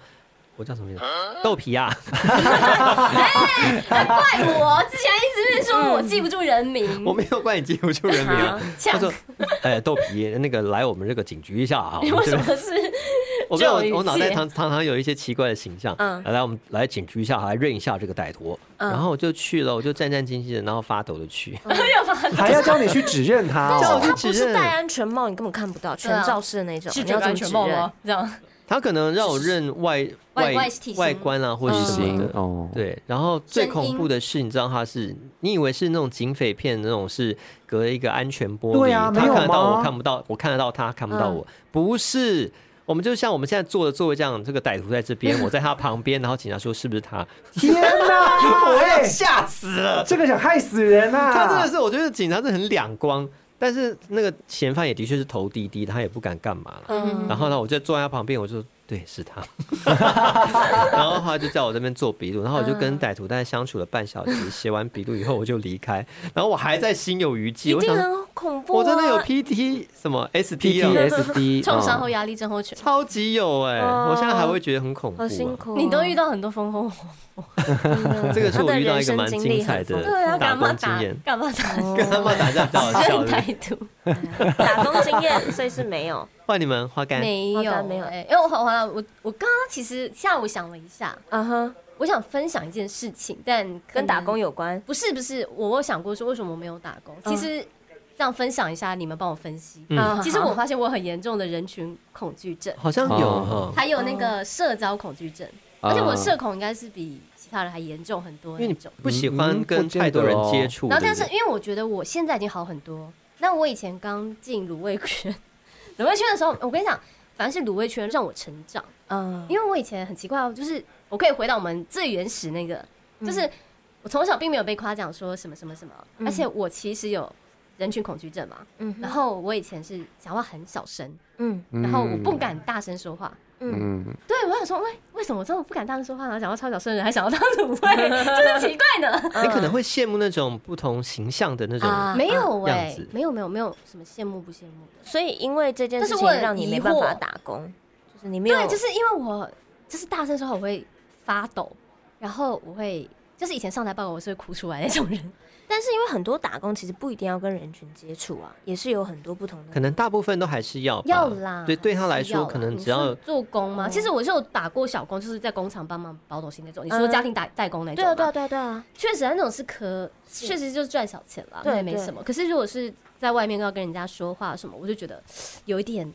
Speaker 1: 我叫什么名字？豆皮啊！
Speaker 6: 怪 我之前一直是说我记不住人 名，
Speaker 1: 我没有怪你记不住人名 啊。
Speaker 6: 呛
Speaker 1: 他说：“哎、豆皮，那个来我们这个警局一下啊。”
Speaker 6: 你
Speaker 1: 我
Speaker 6: 为
Speaker 1: 们这边
Speaker 6: 什么是？
Speaker 1: 我没有
Speaker 6: 教育，
Speaker 1: 我脑袋
Speaker 6: 界
Speaker 1: 常常常有一些奇怪的形象。
Speaker 3: 嗯
Speaker 1: 来来，我们来警局一下，来认一下这个歹徒。
Speaker 6: 嗯
Speaker 1: 然后我就去了，我就战战兢兢的，然后发抖的去。
Speaker 2: 还要叫你去指认他、
Speaker 1: 但是
Speaker 2: 哦
Speaker 1: 我？就
Speaker 3: 他不
Speaker 1: 指
Speaker 3: 是
Speaker 1: 认
Speaker 3: 戴安全帽，你根本看不到，
Speaker 6: 对啊
Speaker 3: 全罩式的那种，
Speaker 6: 是
Speaker 3: 你要怎么指认？？
Speaker 6: 这样
Speaker 1: 他可能让我认外
Speaker 6: 外外体型
Speaker 1: 外观啊，或者什么
Speaker 2: 行
Speaker 1: 的。
Speaker 2: 哦，
Speaker 1: 对，然后最
Speaker 6: 声
Speaker 1: 恐怖
Speaker 6: 音
Speaker 1: 的是，你知道他是，你以为是那种警匪片那种，是隔一个安全玻璃，
Speaker 2: 对啊
Speaker 1: 他
Speaker 2: 没有
Speaker 1: 看得到
Speaker 2: 吗
Speaker 1: 我看不到，我看得到他看不到
Speaker 3: 嗯
Speaker 1: 我，不是。我们就像我们现在坐的座位这样，这个歹徒在这边，我在他旁边，然后警察说是不是他？
Speaker 2: 天哪！
Speaker 1: 我要
Speaker 2: 喂，
Speaker 1: 吓死了！
Speaker 2: 这个想害死人啊呐、
Speaker 1: 他真
Speaker 3: 啊
Speaker 1: 的是，我觉得警察是很两光，但是那个嫌犯也的确是头低低的，他也不敢干嘛了。
Speaker 3: 嗯
Speaker 1: 然后呢，我就坐在他旁边，我就对，是他。 然后他就在我这边做笔录，然后我就跟歹徒大概相处了半小时，写完笔录以后我就离开，然后我还在心有余悸，
Speaker 3: 一
Speaker 1: 我
Speaker 3: 定
Speaker 1: 想
Speaker 3: 很恐怖啊！
Speaker 1: 我真的有 PT 什么 ST 啊，
Speaker 2: PTSD
Speaker 6: 创伤后
Speaker 2: 嗯
Speaker 6: 压力症候群，
Speaker 1: 超级有哎、
Speaker 3: 哦
Speaker 1: 我现在还会觉得很恐怖、
Speaker 3: 好辛
Speaker 1: 啊。
Speaker 3: 苦哦，
Speaker 6: 你都遇到很多风风火火，
Speaker 1: 这个是我遇到一
Speaker 3: 他的人
Speaker 1: 个蛮
Speaker 3: 生经历
Speaker 1: 精彩
Speaker 3: 很丰
Speaker 6: 对啊，
Speaker 1: 的打
Speaker 6: 干嘛
Speaker 1: 工经
Speaker 6: 打
Speaker 1: 验，
Speaker 6: 干嘛打
Speaker 3: 啊
Speaker 1: 跟 他们打架比较好笑
Speaker 6: 认
Speaker 1: 的。
Speaker 6: 态度？
Speaker 3: 打工经验，所以是没有。
Speaker 1: 换你们花干，
Speaker 6: 没
Speaker 3: 好的
Speaker 6: 有
Speaker 3: 没有
Speaker 6: 哎，因为我好像我我刚刚其实下午想了一下，
Speaker 3: 嗯哼，
Speaker 6: 我想分享一件事情，但
Speaker 3: 跟打工
Speaker 6: 有
Speaker 3: 有关。
Speaker 6: 不是不是，我有想过说为什么我没有打工，其实这样分享一下，你们帮我分析。
Speaker 1: 嗯
Speaker 3: 嗯，
Speaker 6: 其实我发现我很严重的人群恐惧症，
Speaker 1: 好像有哈
Speaker 2: 哦，
Speaker 6: 还有那个社交恐惧症，而且我社恐应该是比其他人还严重很多
Speaker 1: 啊因为
Speaker 6: 那
Speaker 1: 你
Speaker 6: 种。
Speaker 1: 不喜欢跟太多人接触，
Speaker 6: 然后，但是
Speaker 1: 对不对
Speaker 6: 因为我觉得我现在已经好很多。那我以前刚进卤味圈， 卤味圈的时候，我跟你讲，反正是卤味圈让我成长，
Speaker 3: 嗯，
Speaker 6: 因为我以前很奇怪哦，就是我可以回到我们最原始那个，
Speaker 3: 嗯
Speaker 6: 就是我从小并没有被夸奖说什么什么什么，而且我其实有人群恐惧症嘛。
Speaker 3: 嗯哼
Speaker 6: 然后我以前是讲话很小声，
Speaker 3: 嗯
Speaker 6: 然后我不敢大声说话。
Speaker 3: 嗯
Speaker 2: 嗯。嗯，
Speaker 6: 对，我想说，喂，为什么我这么不敢大声说话，然后讲话超小声的人，还想要当 卤味，真是奇怪呢。
Speaker 1: 你可能会羡慕那种不同形象的那种，
Speaker 3: 啊
Speaker 6: 没有
Speaker 1: 样
Speaker 6: 哎、
Speaker 1: 子
Speaker 6: 没有没有没有什么羡慕不羡慕的，
Speaker 3: 所以因为这件事
Speaker 6: 但
Speaker 3: 情
Speaker 6: 是我很
Speaker 3: 让你没办法打工，就是你没有，
Speaker 6: 对，就是因为我就是大声说话我会发抖，然后我会就是以前上台报告我是会哭出来那种人，
Speaker 3: 但是因为很多打工其实不一定要跟人群接触啊，也是有很多不同的。
Speaker 1: 可能大部分都还是要吧
Speaker 6: 要啦，
Speaker 1: 啊对，对他来
Speaker 6: 要
Speaker 1: 说
Speaker 6: 啦
Speaker 1: 可能只
Speaker 6: 你
Speaker 1: 要嗯
Speaker 6: 是做工吗？
Speaker 3: 哦
Speaker 6: 其实我就有打过小工，就是在工厂帮忙包东西那种。你
Speaker 3: 嗯
Speaker 6: 说家庭打代工那种，
Speaker 3: 对啊，对啊，，对啊，对啊，
Speaker 6: 确实那种是可，确实就是赚小钱啦，
Speaker 3: 对
Speaker 6: 那也没什么。可是如果是在外面要跟人家说话什么，我就觉得有一点，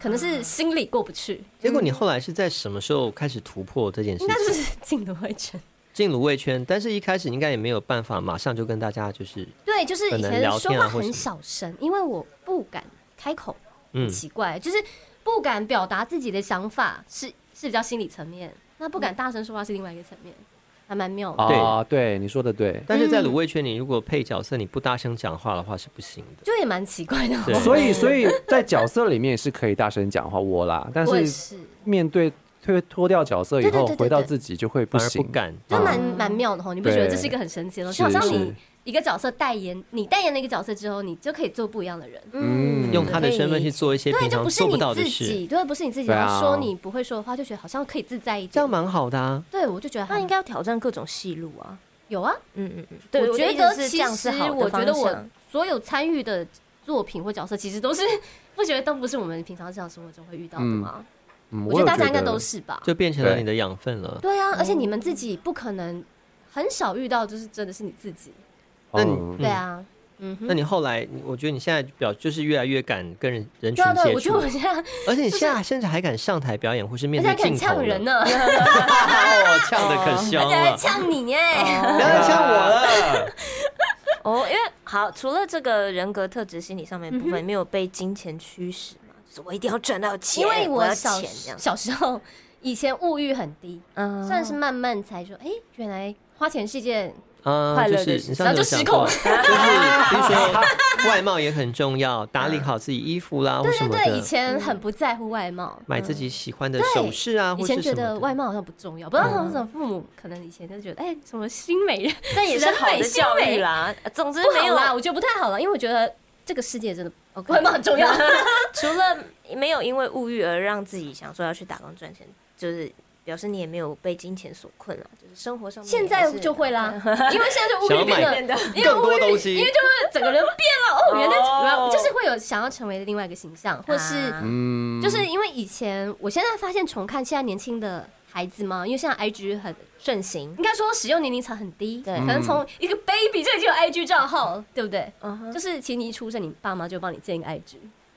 Speaker 6: 可能是心里过不去，
Speaker 1: 结果你后来是在什么时候开始突破这件事
Speaker 6: 嗯应该
Speaker 1: 情？
Speaker 6: 就是进的会圈。
Speaker 1: 进卤味圈，但是一开始应该也没有办法马上就跟大家就是
Speaker 6: 对，就是以
Speaker 1: 可能
Speaker 6: 前
Speaker 1: 聊
Speaker 6: 说
Speaker 1: 天啊
Speaker 6: 话
Speaker 1: 或什
Speaker 6: 很
Speaker 1: 么
Speaker 6: 小声，因为我不敢开口，
Speaker 1: 嗯
Speaker 6: 奇怪，就是不敢表达自己的想法，是是比较心理层面。那不敢大声说话是另外一个层面，还蛮妙
Speaker 1: 哦
Speaker 6: 的。
Speaker 2: 啊，对，你说的对。
Speaker 1: 但是在
Speaker 6: 嗯
Speaker 1: 卤味圈，你如果配角色你不大声讲话的话是不行的。
Speaker 6: 就也蛮奇怪的。哦
Speaker 1: 对
Speaker 2: 所以，所以在角色里面是可以大声讲话我啦，但
Speaker 6: 我也
Speaker 2: 是
Speaker 6: 是，
Speaker 2: 面对脱脱掉角色以
Speaker 6: 对对
Speaker 2: 后，
Speaker 6: 对对
Speaker 2: 回到
Speaker 6: 对
Speaker 2: 自己就会不
Speaker 1: 反而
Speaker 2: 行
Speaker 1: 不。敢，
Speaker 6: 就蛮
Speaker 1: 啊
Speaker 2: 嗯
Speaker 6: 蛮妙的吼，哦你不觉得
Speaker 2: 对
Speaker 6: 这是一个很神奇的东西？
Speaker 2: 是
Speaker 6: 好像
Speaker 2: 是
Speaker 6: 你一个角色代言，你代言了一个角色之后，你就可以做不一样的人。
Speaker 2: 嗯
Speaker 1: 用他的身份去做一些
Speaker 6: 对，
Speaker 1: 平
Speaker 6: 就
Speaker 1: 常
Speaker 6: 不是
Speaker 1: 做
Speaker 6: 你
Speaker 1: 不到的
Speaker 6: 自
Speaker 1: 事，
Speaker 6: 己，对，不是你自己，
Speaker 2: 对啊
Speaker 6: 然后说你不会说的话，就觉得好像可以自在一
Speaker 1: 这
Speaker 6: 点
Speaker 1: 样。蛮好的啊。
Speaker 6: 对，我就觉得
Speaker 3: 那
Speaker 6: 还
Speaker 3: 应该要挑战各种戏路啊。
Speaker 6: 有啊。
Speaker 3: 嗯嗯嗯，对，
Speaker 6: 我
Speaker 3: 的
Speaker 6: 觉
Speaker 3: 意
Speaker 6: 得
Speaker 3: 思是
Speaker 6: 其
Speaker 3: 这样是
Speaker 6: 实
Speaker 3: 好的
Speaker 6: 我觉得
Speaker 3: 方
Speaker 6: 我
Speaker 3: 向
Speaker 6: 所有参与的作品或角色，其实都是不觉得都不是我们平常日常生活中会遇到的嘛。
Speaker 2: 嗯，
Speaker 6: 我觉
Speaker 2: 有
Speaker 6: 得大家应该
Speaker 2: 得
Speaker 6: 都是吧。
Speaker 1: 就嗯变成了你的养分了。
Speaker 6: 对啊，而且你们自己不可能很少遇到，就是真的是你自己。
Speaker 1: 那你
Speaker 2: 嗯
Speaker 6: 对啊，嗯哼
Speaker 1: 那。你后来，你我觉得你现在表就是越来越敢跟人人群
Speaker 6: 对啊对啊，
Speaker 1: 接
Speaker 6: 我觉
Speaker 1: 触
Speaker 6: 得，我现在
Speaker 1: 而且你现在甚至还敢上台表演或是面
Speaker 6: 而
Speaker 1: 对
Speaker 6: 且还敢
Speaker 1: 镜头
Speaker 6: 呛人啊
Speaker 1: 了，
Speaker 6: 呢， 而
Speaker 1: 哦，呛的可凶啊
Speaker 6: 且还
Speaker 1: 了，
Speaker 6: 呛你哎！
Speaker 1: 不要再呛我了。
Speaker 3: 哦哦，因为好，除了这个人格特质、心理上面的部
Speaker 6: 嗯
Speaker 3: 分，没有被金钱驱使嘛？就是我一定要赚到钱，
Speaker 6: 因为
Speaker 3: 我要
Speaker 6: 小
Speaker 3: 钱这样。
Speaker 6: 小时候以前物欲很低，
Speaker 3: 嗯
Speaker 6: 算是慢慢才说，哎，原来花钱是一件
Speaker 1: 啊，
Speaker 3: 快
Speaker 1: 就
Speaker 3: 乐
Speaker 1: 是
Speaker 3: 的
Speaker 1: 你
Speaker 3: 事
Speaker 1: 上次有讲过，
Speaker 6: 然
Speaker 1: 就是听 说外貌也很重要，打理好自己衣服啦，或
Speaker 6: 对
Speaker 1: 什
Speaker 6: 对
Speaker 1: 么
Speaker 6: 对，
Speaker 1: 的，
Speaker 6: 以前很不在乎外貌，
Speaker 1: 买自己喜欢的
Speaker 6: 对
Speaker 1: 首饰啊，
Speaker 6: 以
Speaker 1: 或
Speaker 6: 前
Speaker 1: 是
Speaker 6: 觉
Speaker 1: 什
Speaker 6: 得
Speaker 1: 么
Speaker 6: 外
Speaker 1: 的。
Speaker 6: 貌好像不
Speaker 1: 嗯
Speaker 6: 重要，不知道为什么父母可能以前就觉得，哎，什么 新美 人，
Speaker 3: 但也是好的教育啦。总之
Speaker 6: 不
Speaker 3: 没
Speaker 6: 好
Speaker 3: 有
Speaker 6: 啦，我觉得不太好了，因为我觉得这个世界真的外貌 很重要。
Speaker 3: 除了没有因为物欲而让自己想说要去打工赚钱，就是表示你也没有被金钱所困了，就是生活上面
Speaker 6: 现在就会啦，因为现在就物
Speaker 1: 想要
Speaker 6: 欲
Speaker 1: 买
Speaker 6: 变得，因为
Speaker 1: 更
Speaker 6: 物
Speaker 1: 多
Speaker 6: 欲
Speaker 1: 东西
Speaker 6: 因为就是整个人变了。哦，原来
Speaker 3: 哦
Speaker 6: 原来就是会有想要成为另外一个形象，或是
Speaker 3: 啊
Speaker 2: 嗯，
Speaker 6: 就是因为以前，我现在发现重看现在年轻的孩子嘛，因为现在 IG 很
Speaker 3: 盛行。
Speaker 6: 应该说使用年龄层很低，
Speaker 3: 对
Speaker 6: 可能从一个 baby 就已经有 IG 账号了，对不对？
Speaker 3: 嗯哼
Speaker 6: 就是其实你一出生，你爸妈就帮你建一个 IG，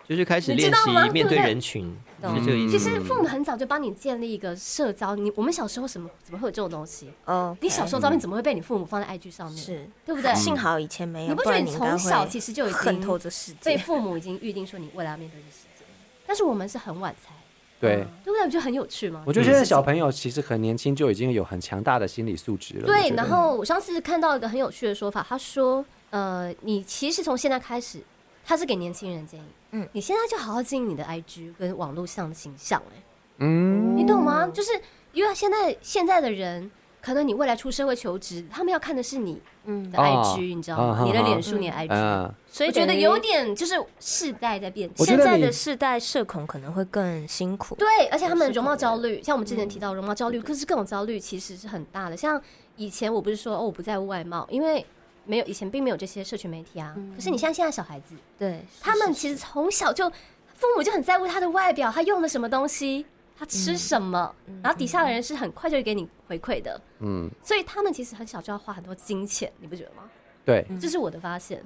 Speaker 1: 就是开始
Speaker 6: 你知
Speaker 1: 练
Speaker 6: 道
Speaker 1: 习
Speaker 6: 吗
Speaker 1: 面对
Speaker 6: 对不对
Speaker 1: 人群，
Speaker 6: 懂嗯
Speaker 1: 是这个意
Speaker 6: 其
Speaker 1: 思。
Speaker 6: 实父母很早就帮你建立一个社交。你我们小时候什么怎么会有这种东西？
Speaker 3: 哦，嗯
Speaker 6: 你小时候照片怎么会被你父母放在 IG 上面？，
Speaker 3: 是，
Speaker 6: 对不对？
Speaker 3: 幸好以前没有，
Speaker 6: 你不觉
Speaker 3: 然
Speaker 6: 得你
Speaker 3: 应该
Speaker 6: 从小
Speaker 3: 会
Speaker 6: 其实就已经
Speaker 3: 恨透这世
Speaker 6: 所以
Speaker 3: 界？
Speaker 6: 父母已经预定说你未来要面对这世界，但是我们是很晚才，
Speaker 2: 对。
Speaker 6: 对不对？我觉得很有趣吗？
Speaker 2: 我觉得现在小朋友其实很年轻就已经有很强大的心理素质了。我觉
Speaker 6: 对，
Speaker 2: 得
Speaker 6: 然后我上次看到一个很有趣的说法，他说，呃，你其实从现在开始，他是给年轻人建议，嗯
Speaker 3: 嗯，
Speaker 6: 你现在就好好经营你的 IG 跟网络上的形象、哎，
Speaker 2: 嗯，
Speaker 6: 你懂吗？就是因为现在现在的人，可能你未来出社会求职，他们要看的是你
Speaker 3: 嗯
Speaker 6: 的
Speaker 2: 哦
Speaker 6: IG，、你知道吗？
Speaker 2: 哦
Speaker 6: 你的
Speaker 2: 哦
Speaker 6: 脸书，你的 IG，、
Speaker 2: 嗯，
Speaker 3: 所以
Speaker 6: 我觉得
Speaker 3: 等于
Speaker 6: 有点就是世代在变
Speaker 2: 我
Speaker 6: 迁
Speaker 2: 觉得
Speaker 3: 现在
Speaker 2: 你
Speaker 3: 的世代社恐可能会更辛苦。
Speaker 6: 对，而且他们
Speaker 3: 是
Speaker 6: 容
Speaker 3: 可
Speaker 6: 貌
Speaker 3: 能
Speaker 6: 焦虑，像我们之前
Speaker 1: 嗯
Speaker 6: 提到容貌焦虑，可是各种焦虑其实是很大的。像以前我不是说哦，我不在乎外貌，因为没有以前并没有这些社群媒体啊。可
Speaker 1: 嗯
Speaker 6: 是你像现在小孩子，
Speaker 3: 对，
Speaker 6: 他们其实从小就父母就很在乎他的外表，他用了什么东西，他
Speaker 1: 嗯
Speaker 6: 吃什么，然后底下的人是很快就会给你回馈的。
Speaker 2: 嗯，
Speaker 6: 所以他们其实很小就要花很多金钱，你不觉得吗？
Speaker 2: 对，
Speaker 6: 这是我的发现。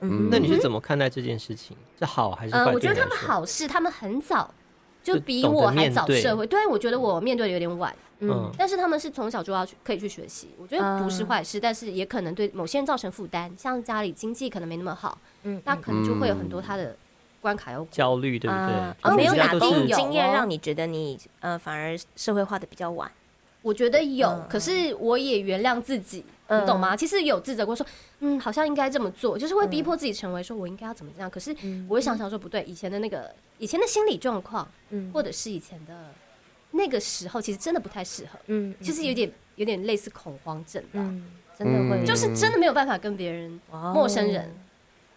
Speaker 2: 嗯，
Speaker 1: 那你是怎么看待这件事情？是好还是坏？
Speaker 6: 呃，我觉
Speaker 1: 对
Speaker 6: 得他
Speaker 1: 你来
Speaker 6: 们
Speaker 1: 说，
Speaker 6: 好是他们很早就
Speaker 1: 就
Speaker 6: 比
Speaker 1: 懂得
Speaker 6: 我还
Speaker 1: 面
Speaker 6: 早
Speaker 1: 对
Speaker 6: 社会，对我觉得我面对的有点晚。
Speaker 1: 嗯，
Speaker 6: 但是他们是从小就要去可以去学习，我觉得不
Speaker 3: 嗯
Speaker 6: 是坏事，但是也可能对某些人造成负担，像家里经济可能没那么好，
Speaker 3: 嗯
Speaker 6: 那可能就会有很多他的关卡要过。
Speaker 1: 焦虑对不
Speaker 3: 啊
Speaker 1: 对？
Speaker 3: 哦，没有
Speaker 1: 大
Speaker 3: 打
Speaker 1: 家都
Speaker 3: 工
Speaker 1: 是
Speaker 6: 有
Speaker 3: 经验
Speaker 6: 哦
Speaker 3: 让你觉得你呃反而社会化的比较晚。
Speaker 6: 我觉得有
Speaker 3: 嗯，
Speaker 6: 可是我也原谅自己，你
Speaker 3: 嗯嗯
Speaker 6: 懂吗？其实有自责过，说嗯，好像应该这么做，就是会逼迫自己成为说我应该要怎么这样。可是嗯我会想想说不对，以前的那个以前的心理状况，
Speaker 3: 嗯
Speaker 6: 或者是以前的那个时候，其实真的不太适合，
Speaker 3: 嗯，
Speaker 6: 其实有点有点类似恐慌症吧。
Speaker 3: 嗯，真的会
Speaker 2: 嗯
Speaker 6: 就是真的没有办法跟别人、
Speaker 3: 哇哦
Speaker 6: 陌生人，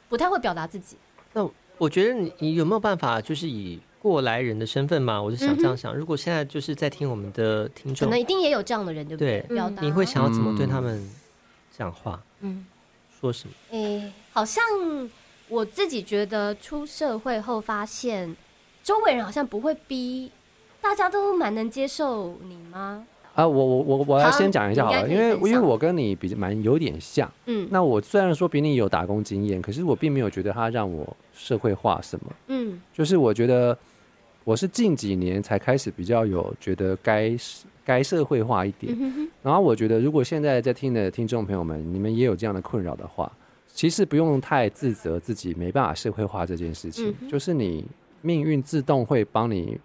Speaker 6: 不太会表达自己。
Speaker 1: 那我觉得你你有没有办法，就是以过来人的身份嘛？我是想这样想，如果现在就是在听我们的听
Speaker 6: 嗯可
Speaker 1: 众
Speaker 6: 能，一定也有这样的人，对不对？
Speaker 1: 对
Speaker 6: 表达
Speaker 1: 你会想要怎么对
Speaker 2: 嗯
Speaker 1: 他们讲话？
Speaker 3: 嗯
Speaker 1: 说什么？
Speaker 6: 诶、好像我自己觉得出社会后发现，周围人好像不会逼，大家都蛮能接受你吗？
Speaker 2: 啊，我我我我要
Speaker 6: 好
Speaker 2: 先讲一下好
Speaker 6: 你
Speaker 2: 了，
Speaker 6: 应
Speaker 2: 因
Speaker 6: 该可以
Speaker 2: 为
Speaker 6: 分
Speaker 2: 因为
Speaker 6: 享
Speaker 2: 我跟你比较蛮有点像。
Speaker 6: 嗯
Speaker 2: 那我虽然说比你有打工经验，可是我并没有觉得它让我社会化什么。
Speaker 6: 嗯
Speaker 2: 就是我觉得我是近几年才开始比较有觉得该该社会化一点。
Speaker 6: 嗯哼哼，
Speaker 2: 然后我觉得，如果现在在听的听众朋友们，你们也有这样的困扰的话，其实不用太自责自己没办法社会化这件事情
Speaker 6: 嗯，哼
Speaker 2: 就是你命运自动会帮你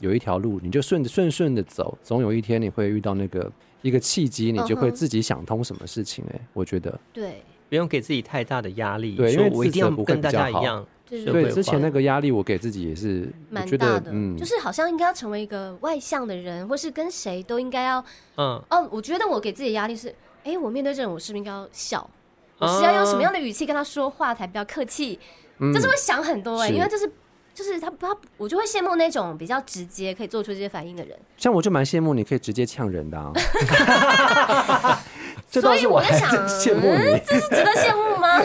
Speaker 2: 有一条路，你就顺着顺顺的走，总有一天你会遇到那个一个契机，你就
Speaker 6: 嗯
Speaker 2: 会
Speaker 6: 哼
Speaker 2: 自己想通什么事情、欸。哎，我觉得，
Speaker 6: 对
Speaker 1: 不用给自己太大的压力，
Speaker 2: 对因
Speaker 1: 说
Speaker 2: 为
Speaker 1: 我一
Speaker 2: 自
Speaker 1: 定
Speaker 2: 责
Speaker 1: 要
Speaker 2: 不会
Speaker 1: 跟
Speaker 2: 比
Speaker 1: 大
Speaker 2: 较
Speaker 1: 家一
Speaker 2: 好
Speaker 1: 样。
Speaker 6: 对
Speaker 1: 社
Speaker 2: 对
Speaker 1: 会
Speaker 2: 之前
Speaker 1: 化
Speaker 2: 那个压力，我给自己也是，我
Speaker 6: 蛮
Speaker 2: 觉
Speaker 6: 大
Speaker 2: 得
Speaker 6: 的，
Speaker 2: 嗯，
Speaker 6: 就是好像应该要成为一个外向的人，或是跟谁都应该要。
Speaker 1: 嗯，
Speaker 6: 哦，我觉得我给自己的压力是，诶，我面对这种，我是不是应该要笑？我是要用什么样的语气跟他说话才比较客气？
Speaker 2: 嗯
Speaker 6: 就是会想很多哎、
Speaker 2: 是
Speaker 6: 因为就是就是他他我就会羡慕那种比较直接可以做出这些反应的人，
Speaker 2: 像我就蛮羡慕你可以直接呛人的 啊。这倒
Speaker 6: 所以
Speaker 2: 是我
Speaker 6: 我就
Speaker 2: 还
Speaker 6: 想，
Speaker 2: 真 羡慕你
Speaker 6: 嗯，。这是值得羡 慕吗？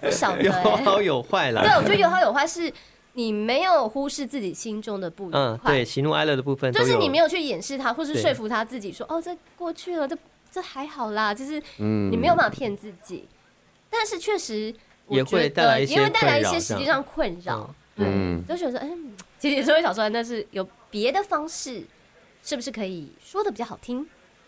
Speaker 6: 不晓得、
Speaker 1: 有
Speaker 6: 欸，
Speaker 1: 好有坏啦。
Speaker 6: 对，我觉得有好有坏，是你没有忽视自己心中的不愉
Speaker 1: 嗯，
Speaker 6: 快，
Speaker 1: 对，喜怒哀乐的部分都
Speaker 6: 就
Speaker 1: 有，
Speaker 6: 是你没有去掩饰他，或是
Speaker 1: 对
Speaker 6: 说服他自己说，哦，这过去了，这这还好啦，就是
Speaker 2: 嗯
Speaker 6: 你没有办法骗自己，但是确实我
Speaker 1: 也
Speaker 6: 觉得
Speaker 1: 会带来一些
Speaker 6: 也会带来一些
Speaker 1: 困扰
Speaker 6: 实际
Speaker 1: 这样
Speaker 6: 上困扰，对，
Speaker 2: 嗯
Speaker 6: 就觉得嗯，其实也是会想出来，但是有别的方式，是不是可以说的比较好听？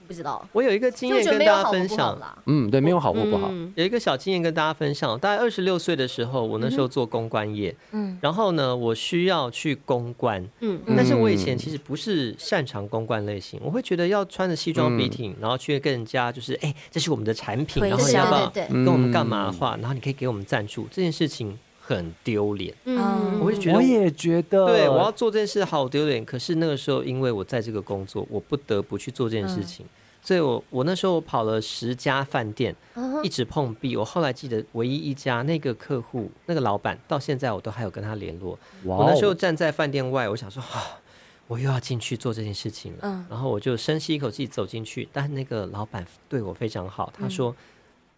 Speaker 6: 不知道，
Speaker 1: 我有一个经
Speaker 6: 因为
Speaker 1: 验
Speaker 6: 我觉
Speaker 1: 跟
Speaker 6: 得没有
Speaker 1: 大家
Speaker 6: 好或
Speaker 1: 分
Speaker 6: 不好
Speaker 1: 享，
Speaker 6: 啦。
Speaker 2: 嗯，对，没有好或不好。
Speaker 6: 嗯
Speaker 1: 有一个小经验跟大家分享。大概二十六岁的时候，我那时候做公关业，
Speaker 3: 嗯
Speaker 1: 然后呢，我需要去公关，
Speaker 6: 嗯
Speaker 1: 但是我以前其实不是擅长公关类型，我会觉得要穿着西
Speaker 2: 嗯
Speaker 1: 装笔挺，然后去跟人家就是，哎、这是我们的产品，
Speaker 3: 推
Speaker 1: 然
Speaker 6: 对
Speaker 1: 后你
Speaker 6: 对
Speaker 1: 要不
Speaker 6: 对
Speaker 1: 要
Speaker 6: 对，对
Speaker 2: 嗯
Speaker 1: 跟我们干嘛的话，然后你可以给我们赞助，这件事情很丢脸。
Speaker 6: 嗯，
Speaker 1: 我就觉得
Speaker 2: 我也觉得，
Speaker 1: 对，我要做这件事好丢脸。可是那个时候，因为我在这个工作，我不得不去做这件事情，
Speaker 6: 嗯
Speaker 1: 所以我我那时候跑了十家饭店，
Speaker 6: 嗯
Speaker 1: 一直碰壁。我后来记得唯一一家那个客户，那个老板到现在我都还有跟他联络。
Speaker 2: 哇哦
Speaker 1: 我那时候站在饭店外，我想说啊。我又要进去做这件事情了，
Speaker 3: 嗯
Speaker 1: 然后我就深吸一口气走进去，但那个老板对我非常好，他说，